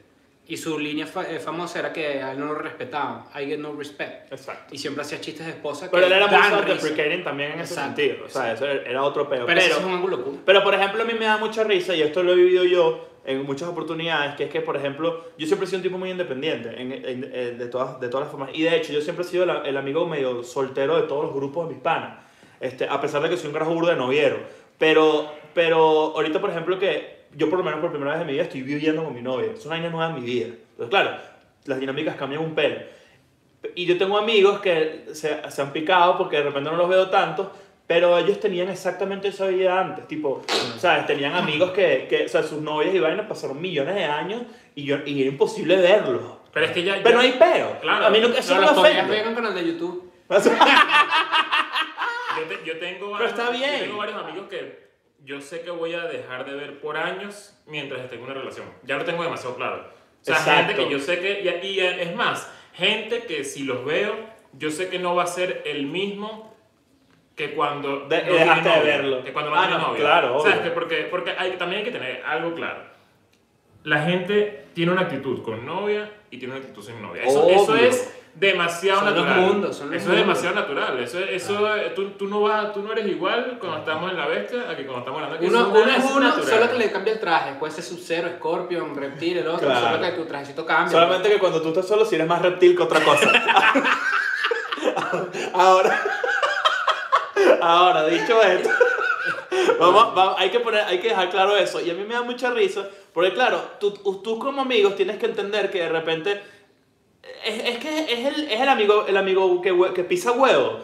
Y su línea fa- eh, famosa era que a él no lo respetaban. I get no respect.
Exacto.
Y siempre hacía chistes de esposa.
Pero
que
él era muy
dan risa.
self-deprecating también en ese
Exacto,
sentido. O sea, eso era otro peo.
Pero ese es un ángulo cool.
Pero por ejemplo, a mí me da mucha risa, y esto lo he vivido yo en muchas oportunidades, que es que, por ejemplo, yo siempre he sido un tipo muy independiente, en- en- en- de, todas, de todas las formas. Y de hecho, yo siempre he sido la- el amigo medio soltero de todos los grupos de mis panas, este, a pesar de que soy un grajo burda de noviero. Pero, pero ahorita, por ejemplo, que yo por lo menos por primera vez en mi vida estoy viviendo con mi novia. Es una vaina nueva en mi vida. Entonces, claro, las dinámicas cambian un pelo. Y yo tengo amigos que se, se han picado porque de repente no los veo tanto, pero ellos tenían exactamente esa vida antes. Tipo, ¿sabes? Tenían amigos que, que o sea, sus novias y vainas pasaron millones de años y, yo, y era imposible verlos.
Pero es que ya...
Pero no
ya-
hay peo.
Claro.
A mí no, eso no
Pero los
me
comediantes
ofende.
vean canal de YouTube.
Yo, te- yo tengo
Pero
varios,
está
yo
bien.
tengo varios amigos que yo sé que voy a dejar de ver por años mientras esté en una relación. Ya lo tengo demasiado claro. O sea,
Exacto.
gente que yo sé que. Y, y es más, gente que si los veo, yo sé que no va a ser el mismo que cuando
De-
no
dejaste
tiene
de
novio,
verlo.
Que cuando no
Ah,
tiene
no,
novio.
claro,
¿Sabes?
obvio.
Que porque porque hay, también hay que tener algo claro. La gente tiene una actitud con novia y tiene una actitud sin novia. Eso, eso
Obvio.
es demasiado
Son los
natural.
mundos, son los
eso es
mundos.
demasiado natural. Eso, eso
Ah.
tú, tú no vas, tú no eres igual cuando estamos en la bestia a que cuando estamos hablando.
Uno, uno es uno, solo que le cambia el traje. Puede ser Sub-Zero, Scorpion, Reptil, el otro.
Claro.
Solo que tu trajecito cambia.
Solamente que cuando tú estás solo, si eres más reptil que otra cosa. ahora, ahora, dicho esto, vamos, va- hay, que poner, hay que dejar claro eso. Y a mí me da mucha risa, porque claro, tú, tú como amigos tienes que entender que de repente es, es que es el, es el amigo, el amigo que, hue- que pisa huevo.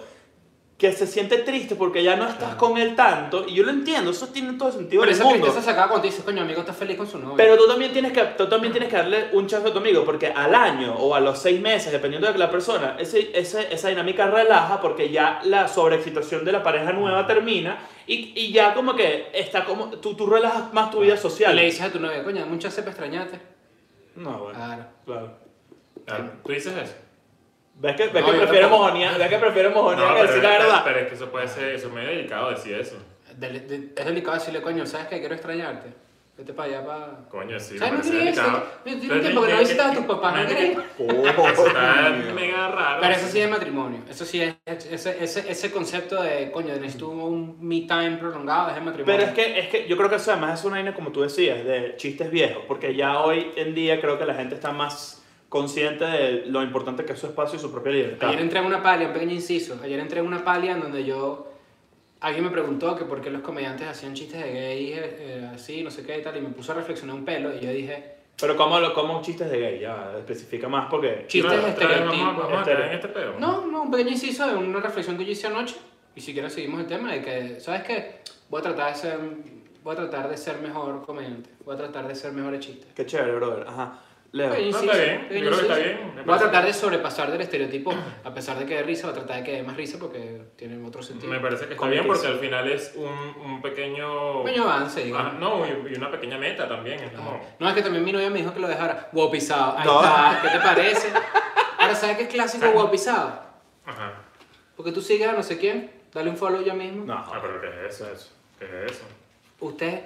que se siente triste porque ya no estás con él tanto. Y yo lo entiendo, eso tiene todo sentido
Pero
del
esa
mundo.
tristeza se acaba cuando dices, coño, amigo, estás feliz con su novio.
Pero tú también, tienes que, tú también tienes que darle un chance a tu amigo, porque al año o a los seis meses, dependiendo de la persona, ese, ese- esa dinámica relaja porque ya la sobreexcitación de la pareja nueva termina y, y ya como que está como, tú, tú relajas más tu vida social.
le dices a tu novia, coño, muchas veces extrañarte.
No, bueno.
Claro.
Claro.
Ah, ¿Tú dices eso?
¿Ves que, ves
No,
que
yo
prefiero
tampoco.
mojonear? ¿Ves que prefiero mojonear que decir la verdad?
pero es que eso puede ser, eso es medio delicado decir eso.
Del- de- es delicado decirle, coño, ¿sabes qué? Quiero extrañarte. Vete para allá para...
Coño, sí.
¿Sabes? No
parece
quería
delicado.
eso. Yo tengo
Pero
tiempo que no
tiene-
visitas a tus papás, ¿no
tiene-
querías?
Eso está mega raro.
Pero eso sí es matrimonio. Eso sí es... Ese, ese, ese concepto de, coño, necesito un me time prolongado es de matrimonio.
Pero es que, es que yo creo que eso además es una vaina, como tú decías, de chistes viejos, porque ya hoy en día creo que la gente está más consciente de lo importante que es su espacio y su propia libertad.
Ayer entré en una palia, un pequeño inciso. Ayer entré en una palia en donde yo. Alguien me preguntó que por qué los comediantes hacían chistes de gays eh, así, no sé qué y tal, y me puso a reflexionar un pelo y yo dije,
Pero ¿cómo, lo- cómo chistes de gay? Ya, especifica más porque...
Sí. chistes
Otra vez vamos-
estereotipos,
Vamos a caer en
estere-
este pedo.
no, no, un pequeño inciso de una reflexión que yo hice anoche, y si quieres seguimos el tema, de que, ¿sabes qué? Voy a tratar de ser, voy a tratar de ser mejor comediante, voy a tratar de ser mejor chiste.
Qué chévere, brother. Ajá. Leo.
Pequeño
No,
inciso,
está bien, yo
pequeño
creo que está
inciso.
bien, me
Voy a
parece.
tratar de sobrepasar del estereotipo, a pesar de que dé risa, voy a tratar de que dé más risa porque tiene otro sentido.
Me parece que está
Como
bien
que
porque
sí.
al final es un, un pequeño...
Un pequeño avance, digamos.
Ah, no, y y una pequeña meta también. Es como...
No, es que también mi novia me dijo que lo dejara. Guapizado. Ahí
No.
está. ¿Qué te parece? Ahora, ¿sabes qué es clásico guapizado?
Ajá.
Porque tú sigues a no sé quién, dale un follow ya mismo.
No.
Ah, pero ¿qué es eso? eso? ¿Qué es eso?
¿Ustedes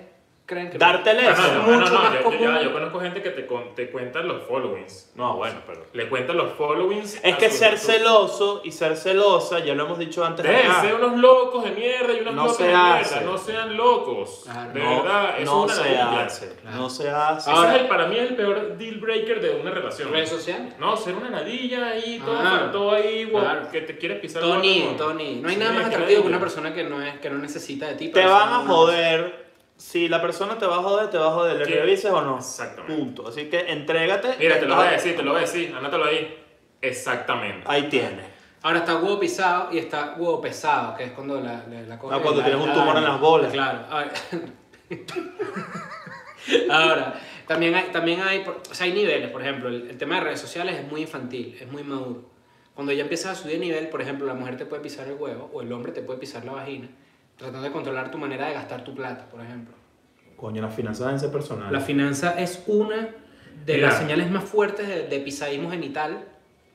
creen que.?
Dártele
Ah,
eso.
no, no,
mucho
no, no,
más
yo- yo,
común.
ya- yo conozco gente que te, con- te cuenta los followings.
No, bueno, pero...
Le cuentan los followings.
Es
a
que
sus-
ser
a sus-
celoso y ser celosa, ya lo hemos dicho antes. acá.
Déjense unos locos de mierda y unos
No
locos
se
de mierda.
hace.
No sean locos.
Claro.
De
No,
verdad, eso es
no
una
se
ladilla.
hace.
Claro.
No se hace.
Ese
Ahora-
es el- para mí es el peor deal breaker de una relación.
¿Redes sociales?
No, ser una nadilla ahí, todo,
Ah.
todo ahí, guau,
Claro.
que te quieres pisar.
Tony,
guau, como-
Tony. No hay
Sí,
nada más
qué
atractivo que
ladilla.
una persona que no, es, que no necesita de ti.
Te
pero
van
sea
a
una-
joder. Si la persona te va a joder, te va a joder. ¿Le
Sí.
revises o no?
Exactamente.
Punto. Así que entrégate.
Mira, te lo voy a
Ah,
decir, te lo voy a decir, anótalo ahí. Exactamente.
Ahí tienes.
Ahora está huevo pisado y está huevo pesado, que es cuando la, la, la cosa.
Ah, cuando
la-
tienes un
la-
tumor en las bolas.
Claro. Ahora, Ahora, también hay, también hay, por- o sea, hay niveles, por ejemplo, el, el tema de redes sociales es muy infantil, es muy maduro. Cuando ya empiezas a subir nivel, por ejemplo, la mujer te puede pisar el huevo o el hombre te puede pisar la vagina, tratando de controlar tu manera de gastar tu plata, por ejemplo.
Coño, las finanzas deben ser personales.
La finanza es una de
Mira.
las señales más fuertes de, de pisadismo genital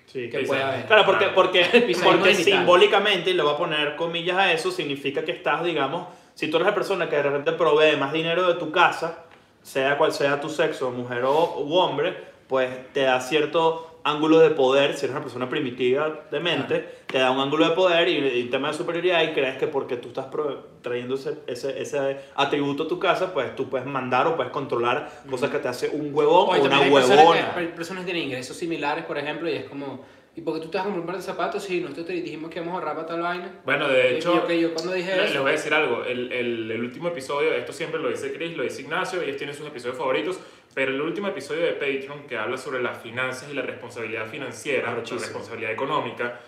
Sí.
que puede haber.
Claro, porque,
Claro.
porque,
Pisadismo
porque
genital.
simbólicamente, y le voy a poner comillas a eso, significa que estás, digamos, si tú eres la persona que de repente provee más dinero de tu casa, sea cual sea tu sexo, mujer o u hombre, pues te da cierto ángulo de poder, si eres una persona primitiva de mente, te da un ángulo de poder y, y un tema de superioridad y crees que porque tú estás prove- trayendo ese, ese, ese atributo a tu casa, pues tú puedes mandar o puedes controlar cosas que te hace un huevón o
Oye,
una
también hay personas
huevona.
que- hay personas que tienen ingresos similares, por ejemplo, y es como, ¿y por qué tú te vas a comprar un par de zapatos si nosotros te dijimos que íbamos a ahorrar para tal vaina?
Bueno, de hecho,
yo, que yo cuando dije
le- les
eso,
voy a decir algo. El, el- el último episodio, esto siempre lo dice Chris, lo dice Ignacio, ellos tienen sus episodios favoritos, pero el último episodio de Patreon que habla sobre las finanzas y la responsabilidad financiera, la
Arrechísimo.
responsabilidad económica,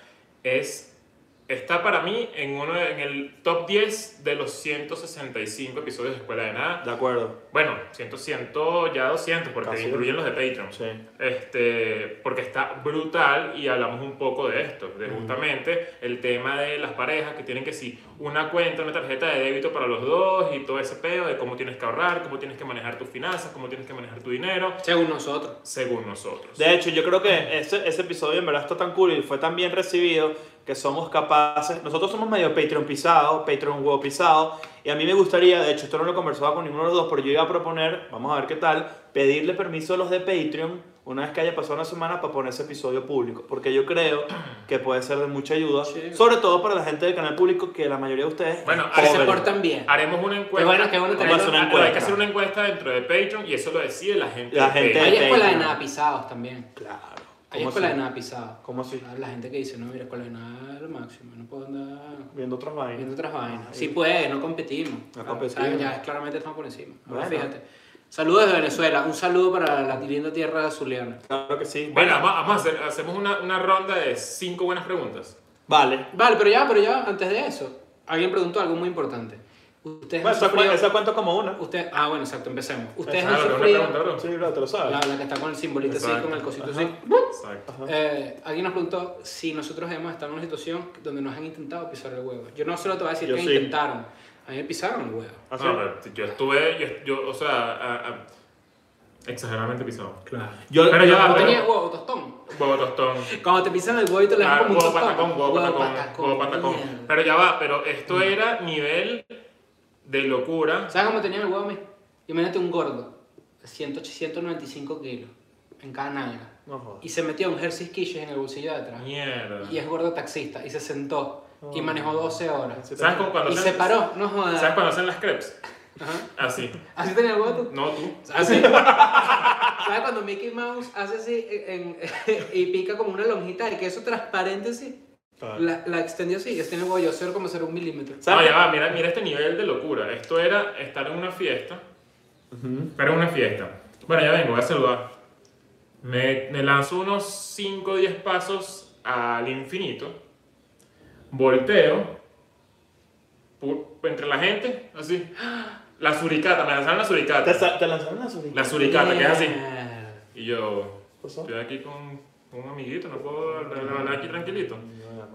es está para mí en uno de- en el top 10 de los 165 episodios de Escuela de Nada.
De acuerdo.
Bueno, 100, 100, ya 200, porque
Casi.
incluyen los de Patreon.
Sí.
Este, porque está brutal y hablamos un poco de esto, de justamente el tema de las parejas que tienen que sí, una cuenta, una tarjeta de débito para los dos y todo ese pedo de cómo tienes que ahorrar, cómo tienes que manejar tus finanzas, cómo tienes que manejar tu dinero,
según nosotros.
según nosotros.
De hecho, yo creo que ese, ese episodio en verdad está tan cool y fue tan bien recibido que somos capaces. Nosotros somos medio Patreon pisado, Patreon huevo pisado. Y a mí me gustaría, de hecho, esto no lo he conversado con ninguno de los dos, pero yo iba a proponer, vamos a ver qué tal, pedirle permiso a los de Patreon una vez que haya pasado una semana para poner ese episodio público. Porque yo creo que puede ser de mucha ayuda,
Sí.
sobre todo para la gente del canal público, que la mayoría de ustedes.
Bueno,
es
ahí
Que se
pobre.
portan bien.
Haremos una encuesta.
bueno, qué bueno
Vamos
tener-
a hacer una
Ah,
encuesta. Hay que
encuesta.
hacer una encuesta dentro de Patreon y eso lo decide la gente.
La
de
gente
Patreon.
Hay escuela de
Patreon.
nada pisados también.
Claro.
Hay
¿Cómo
escuela
así?
de nada pisados.
¿Cómo así?
La gente que dice, no, mira, escuela de nada es lo máximo, no puedo andar
Viendo otras
viendo
vainas.
otras vainas. Sí puede, no competimos.
No
Ah,
competimos.
¿sabes? Ya claramente estamos por encima. Ahora
Bueno.
fíjate. Saludos de Venezuela, un saludo para la linda tierra zuliana.
Claro que sí.
Bueno, vamos, vamos a hacer, hacemos una, una ronda de cinco buenas preguntas.
Vale.
Vale, pero ya, pero ya, antes de eso, alguien preguntó algo muy importante. Ustedes
Bueno,
han
eso, cu-
sufrido-
eso cuento como una.
usted- ah, bueno, exacto, empecemos. Ustedes han
Claro, que Ah, una
sufrido-
pregunta, bro.
Sí, bro, te lo sabes.
La, la que está con el simbolito así,
Exacto.
con el cosito
Ajá.
así.
Exacto.
Eh, alguien nos preguntó si nosotros hemos estado en una situación donde nos han intentado pisar el huevo. Yo no solo te voy a decir
Yo
que
sí.
intentaron, a mí me pisaron el huevo.
¿Ah, sí?
No, pero yo estuve, yo, yo, o sea, a- a- exageradamente pisado.
Claro.
Yo,
Pero ya
yo-
va,
Cuando
pero-
tenía huevo tostón.
Huevo tostón.
Cuando te pisan el huevo y te le
Ah,
dan como un
huevo
tostón.
patacón, huevo patacón,
patacón,
huevo patacón.
mierda.
Pero ya va, pero esto era nivel de locura.
¿Sabes cómo tenía el huevo a mí? Imagínate un gordo, 100, 195 kilos, en cada nalga.
No jodas.
Y se metió un Hershey's Kisses en el bolsillo de atrás.
Mierda.
Y es gordo taxista, y se sentó, y manejó 12 horas.
¿Sabes cómo cuando
Y
hacen-
se paró, no jodas.
¿Sabes cuando hacen las crepes?
Ajá.
Así.
¿Así tenía el huevo tú?
No tú.
Así. ¿Sabes cuando Mickey Mouse hace así eh, en- y pica como una lonjita de queso transparente así?
Ah.
Claro.
La, la extendió así, y este en el huevo yo 0,01 milímetro.
No,
¿Sabes?
ya va, mira, mira este nivel de locura. Esto era estar en una fiesta. Pero en una fiesta. Bueno, ya vengo, voy a saludar. Me, me lanzo unos 5 o 10 pasos al infinito. Volteo. pu- Entre la gente, así. La suricata, me lanzaron la
¿Te,
suricata.
sa- te lanzaron una solita?
La suricata, que es así.
Mierda.
Y yo,
pasó?
estoy aquí con con un amiguito, no puedo levantar aquí tranquilito.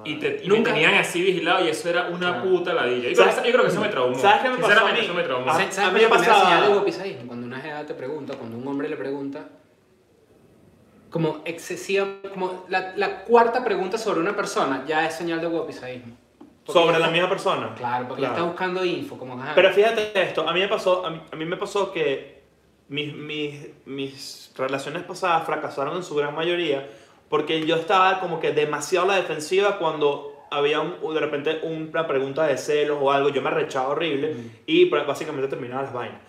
Y, te, y
Nunca-
me tenían así vigilado y eso era una puta ladilla. Y
Ah. ¿Sabes-
yo creo que eso me traumó.
¿Sabes qué me pasó a
Sinceramente,
mí?
eso me traumó.
Ah,
¿Sabes
a
¿Sabes
mí
cuál es
me
la primera
pasaba-
señal de guapisaísmo? Cuando una jeva te pregunta, cuando un hombre le pregunta, como excesiva, como la, la cuarta pregunta sobre una persona, ya es señal de guapisaísmo. Porque
Sobre
ya
la
está-
misma persona.
Claro, porque ya
Claro.
está buscando info, como ajá,
Pero fíjate esto, a mí me pasó, a mí, a mí me pasó que mis, mis, mis relaciones pasadas fracasaron en su gran mayoría porque yo estaba como que demasiado a la defensiva cuando había un- de repente una pregunta de celos o algo, yo me rechaba horrible y pr- básicamente terminaba las vainas.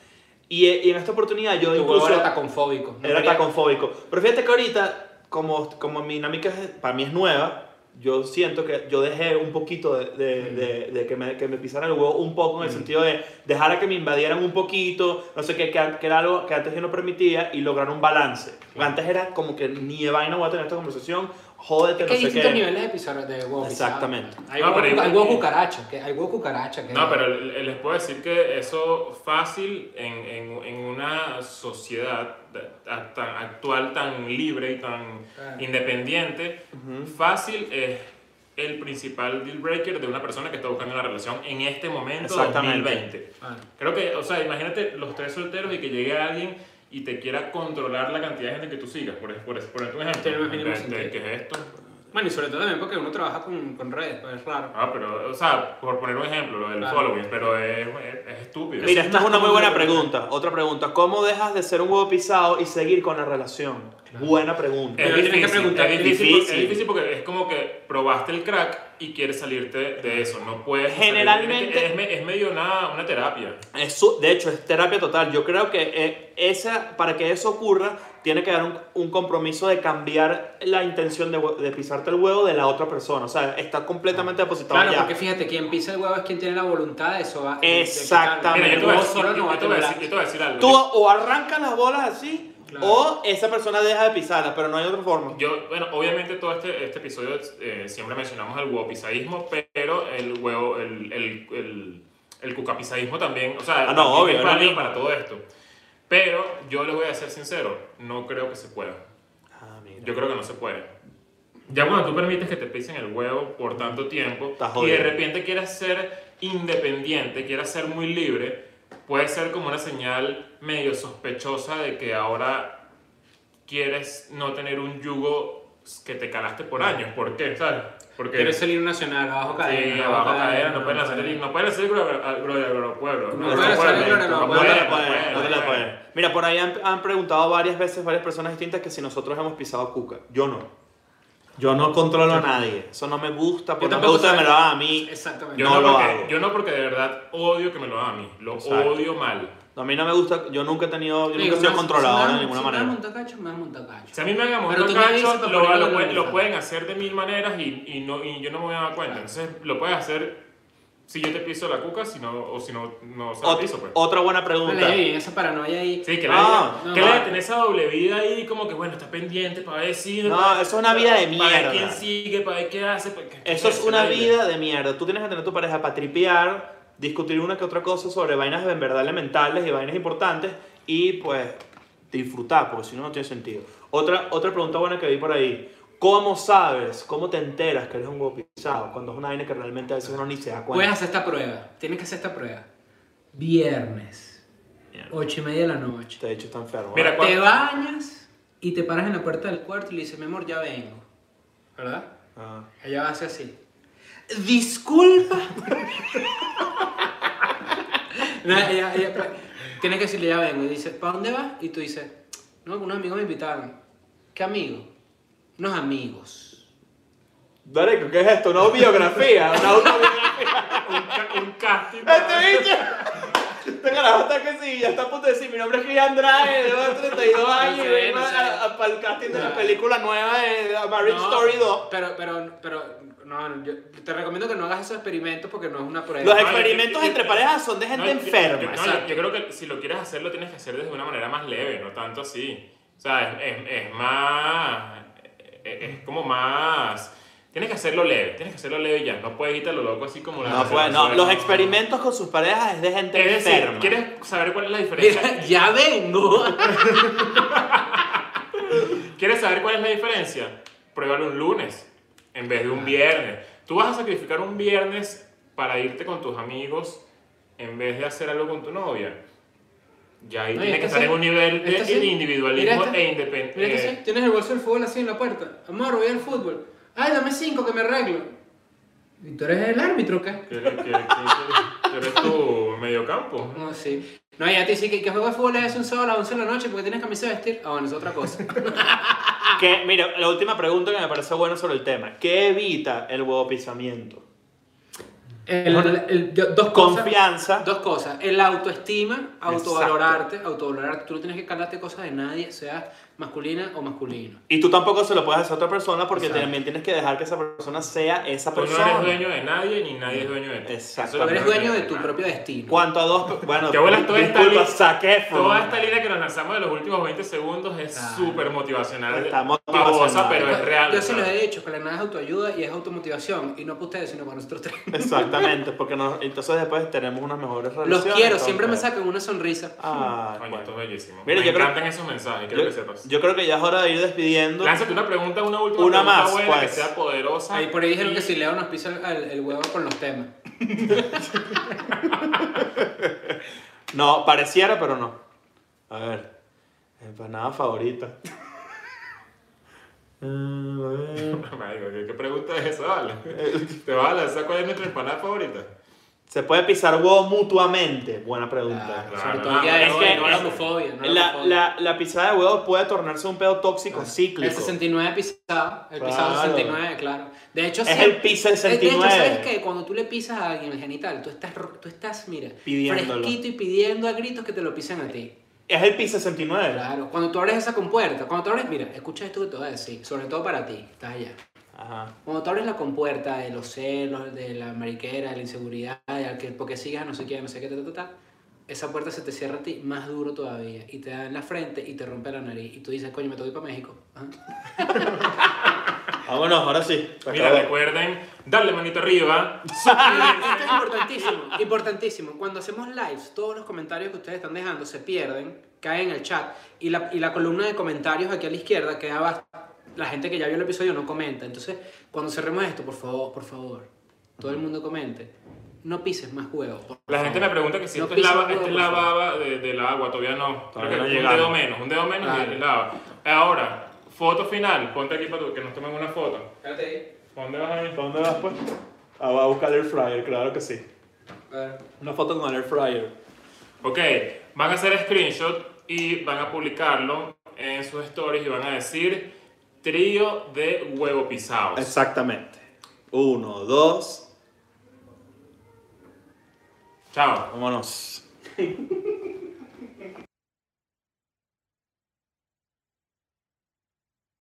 Y, eh, y en esta oportunidad yo
tu
incluso
huevo era taconfóbico. no
era
quería-
taconfóbico. Pero fíjate que ahorita, como, como mi dinámica es- para mí es nueva, yo siento que yo dejé un poquito de, de- de- de que, me, que me pisaran el huevo un poco en el sentido de dejar a que me invadieran un poquito, no sé qué, que, que era algo que antes yo no permitía y lograr un balance. Antes era como que ni de vaina voy a tener esta conversación, jódete,
Es que
no
hay
sé
distintos
qué.
niveles de pisar de huevo pisado.
Exactamente.
Hay
No, pero
huevo, cuca-
igual-
hay huevo cucaracha, que hay huevo cucaracha. Que
No, pero le- les puedo decir que eso fácil en, en, en una sociedad ta- tan actual tan libre y tan
Ah.
Claro.
independiente, fácil es el principal deal breaker de una persona que está buscando una relación en este momento
Exactamente.
2020.
Claro.
Creo que, o sea, imagínate los tres solteros y que llegue alguien y te quiera controlar la cantidad de gente que tú sigas, por, por, por tu ejemplo.
Tiene el
De-
mínimo
de-
sentido.
¿Qué es esto?
Bueno, y sobre todo también porque uno trabaja con, con redes, pues es raro.
Ah, pero, o sea, por poner un ejemplo, lo del
Claro.
following, pero es, es- es estúpido.
Mira, esta es una muy buena
Más como-
pregunta. Otra pregunta, ¿cómo dejas de ser un huevo pisado y seguir con la relación? Buena pregunta.
Es
Pero tienes que
difícil,
preguntar,
es,
es
difícil, porque-
difícil.
es difícil porque es como que probaste el crack y quieres salirte de eso. No puedes.
Generalmente-
salirte. Es, me- es medio una, una terapia.
Es su- de hecho, es terapia total. Yo creo que eh, esa, para que eso ocurra, tiene que haber un, un compromiso de cambiar la intención de, hue- de pisarte el huevo de la otra persona. O sea, está completamente depositado
Claro,
ya.
porque fíjate, quien pisa el huevo es quien tiene la voluntad de eso. va- de- de
Exactamente.
Mira, yo
quitarlo. el
te voy a decir,
huevo solo Ah, no va
yo
a
te voy a
temblar.
decir- yo te voy a decir algo.
Tú o arrancas las bolas así,
Claro.
o esa persona deja de pisarla, pero no hay otra forma.
Yo, bueno, obviamente todo este, este episodio eh, siempre mencionamos el huevo pisadismo, pero el huevo, el, el, el, el cucapisadismo también, o sea,
Ah, no,
también
obvio,
es
no,
válido
no.
para todo esto. Pero yo les voy a ser sincero, no creo que se pueda.
Ah, mira.
Yo creo que no se puede. Ya cuando tú permites que te pisen el huevo por tanto tiempo
Estás
y de
jodido.
repente quieras ser independiente, quieras ser muy libre, puede ser como una señal medio sospechosa de que ahora quieres no tener un yugo que te calaste por años. ¿Por qué? ¿Sabes? Porque
Quieres salir nacional, abajo cadena.
Sí, abajo cadena, no pueden hacer no pueden hacer Gloria Pueblo.
No pueden hacer Gloria a
No
los
te la
Bueno,
puedes, no te la puedes. Mira, por ahí han, han preguntado varias veces, varias personas distintas, que si nosotros hemos pisado cuca. Yo no. Yo no controlo a nadie. Eso no me gusta, porque no me
tampoco
gusta que
soy-
me lo hagan a mí.
Exactamente.
Yo
No
no,
lo
porque,
hago.
yo no porque de verdad odio que me lo hagan a mí, lo
Exacto.
odio mal.
A mí no me gusta, yo nunca he tenido, yo
Digo,
nunca he sido
si-
controlador
si
de
me-
ninguna
si me
manera.
monta cacho, me monta cacho.
Si a mí me hagan
Pero
montar
tú me
cacho,
dices para
lo,
ponerlo
lo
en
pueden,
el
lo
lugar.
pueden hacer de mil maneras y, y no, y yo no me voy a dar cuenta. Entonces lo puedes hacer si yo te piso la cuca, si no, o si no, no se la
Ot-
piso, pues.
Otra buena
No
pregunta.
le di esa paranoia ahí.
Sí, que la
Ah,
gente-
no,
que la
no.
gente tiene esa doble vida ahí, como que bueno, está pendiente para ver si.
No,
para-
eso es una vida de
Para ver
mierda.
quién sigue, para ver qué hace. para- qué-
Eso es
qué-
una
qué-
vida de mierda. Tú tienes que tener a tu pareja para tripear, discutir una que otra cosa sobre vainas en verdad elementales y vainas importantes y pues disfrutar, porque si no, no tiene sentido. Otra, otra pregunta buena que vi por ahí. ¿Cómo sabes, cómo te enteras que eres un huevo pisado cuando es una vaina que realmente a veces uno ni se da
Puedes
Pues
cuenta?
hacer esta prueba. Tienes que hacer esta prueba. Viernes,
Mierda,
ocho y media de la noche.
Este hecho está enfermo.
Mira,
¿eh?
¿cuál-
Te bañas y te paras en la puerta del cuarto y le dices, mi amor, ya vengo. ¿Verdad?
Ah.
Ella hace así. Disculpa. no, ella- ella- pues, tiene que decirle, ya vengo. Y dice, ¿para dónde vas? Y tú dices, no, unos amigos me invitaron. ¿Qué amigos? Unos amigos.
Marico, ¿qué es esto? ¿Una biografía? ¿Una autobiografía?
Un, ca- un casting.
¡Este bicho! Este carajo está que sí, ya está a punto de decir, mi nombre es Chris Andrade, tengo 32
Ah,
años y
sé,
vengo
no sé.
para el casting de la
No.
película nueva de A Marriage
No,
Story 2.
Pero, pero, pero, no, yo te recomiendo que no hagas esos experimentos porque no es una prueba.
Los
yo-
experimentos
yo-
entre
yo-
parejas son de
No,
gente
yo-
enferma.
Yo, no,
exacto.
yo creo que si lo quieres hacer, lo tienes que hacer desde una manera más leve, no tanto así. O sea, es, es- es más. Es, es como más. Tienes que hacerlo leve, tienes que hacerlo leve ya. No puedes irte a lo loco así como la.
No, pues, no,
experimentos
los experimentos con sus parejas es de gente
Es decir,
enferma.
¿quieres saber cuál es la diferencia?
Mira, ya vengo.
¿Quieres saber cuál es la diferencia? Pruébalo un lunes en vez de un viernes. Tú vas a sacrificar un viernes para irte con tus amigos en vez de hacer algo con tu novia. Ya ahí
No, y
tienes que
esta
estar en
sí.
un nivel de
Esta sí.
individualismo
Mira esta.
e independencia.
Mira que sí, tienes el bolso del fútbol así en la puerta. Amor, voy al fútbol. Ay, dame cinco que me arreglo. ¿Y tú eres el árbitro o qué?
eres tu mediocampo.
No, sí. No, ya te dice que, que juego de fútbol es un sábado a las 11 de la noche porque tienes camisa de vestir. Ah, bueno, es otra cosa.
Ah. Que, mira, la última pregunta que me pareció buena sobre el tema. ¿Qué evita el huevo pisamiento?
El- el- yo- dos cosas.
Confianza.
Dos cosas. El autoestima, autovalorarte, autovalorarte. Tú no tienes que calarte cosas de nadie, seas masculina o masculino.
Y tú tampoco se lo puedes hacer a otra persona porque
Exacto.
también tienes que dejar que esa persona sea esa
Tú
persona.
Pues no eres dueño de nadie ni nadie es dueño de ti. Eso
Exacto.
Tú
es lo
eres
primero
dueño
que
de tu
hay.
propio destino.
Cuanto a dos, bueno,
Que abuela, toda esta
disculpa,
li-
Zac Efron.
Toda esta línea que nos lanzamos de los últimos 20 segundos es
Claro.
súper motivacional.
Está motivacional.
Pavosa, pero es real.
Yo se los
¿sabes?
he dicho, que la nada es autoayuda y es automotivación. Y no para ustedes, sino para nosotros tres.
Exactamente, porque nos- entonces después tenemos unas mejores
Los
relaciones.
quiero, siempre me
entonces-
sacan una sonrisa.
Ah,
Coño,
bueno.
esto es bellísimo.
Mira,
Me
yo creo-
encantan esos mensajes, quiero que sepas.
yo, yo creo que ya es hora de ir despidiendo.
Lánzate una pregunta, una última
Una
pregunta
más,
buena, que
pues.
sea poderosa.
Ahí por ahí dijeron
Ah, y-
que si Leo nos pisa el, el huevo con los temas.
No, pareciera, pero no. A ver. Eh, pues Empanada favorita. Mm, a ver.
Marico, ¿qué, qué pregunta es esa, vale? ¿Te vas a lanzar cuál es nuestra empanada favorita?
¿Se puede pisar huevo mutuamente? Buena pregunta.
Claro,
Sobre
no,
todo ya
no,
es
no,
que
no,
no la
no.
homofobia. Ah, No Ah, la
La,
homofobia.
la, la pisada de huevo puede tornarse un pedo tóxico
El
cíclico.
69 pisado, el pisado
Claro.
69, claro. De hecho,
Es
siempre-
el pisa el 69.
De hecho, ¿sabes qué? Cuando tú le pisas a alguien el genital, tú estás, ro- tú estás mira,
Pidiéndolo.
fresquito y pidiendo a gritos que te lo pisen a ti.
Es el pis 69.
Claro. Cuando tú abres esa compuerta, cuando tú abres, mira, escucha esto que te voy a decir, sobre todo para ti, estás allá.
Ajá.
Cuando tú abres la compuerta de los celos, de la mariquera, de la inseguridad, de aquel porque sigas a no sé qué, no sé qué, ta, ta, ta, ta, esa puerta se te cierra a ti más duro todavía y te da en la frente y te rompe la nariz y tú dices, coño, me tengo que ir para México. ¿Ah? Ajá.
Vámonos, ahora sí. Se
Mira,
acabó.
recuerden darle manito arriba.
Esto es importantísimo, importantísimo. Cuando hacemos lives, todos los comentarios que ustedes están dejando se pierden, caen en el chat y la, y la columna de comentarios aquí a la izquierda queda abajo. La gente que ya vio el episodio no comenta. Entonces, cuando cerremos esto, por favor, por favor, todo el mundo comente. No pises más huevos. por
La gente me pregunta que si
No
esto es
pises
la,
huevo,
esto
pues.
es
por
la
favor.
baba de, de la agua, todavía no.
Todavía
Creo
no
que un
llegamos.
dedo menos, un dedo menos y
Claro.
es la baba. Ahora, foto final. Ponte aquí para tu- que nos tomen una foto. ¿Para dónde vas ahí?
¿Para dónde vas, pues? Ah, va a buscar el air fryer, claro que sí. Una foto con el air fryer.
Ok, van a hacer screenshot y van a publicarlo en sus stories y van a decir trío de huevo pisados.
Exactamente. Uno, dos,
Chao.
vámonos.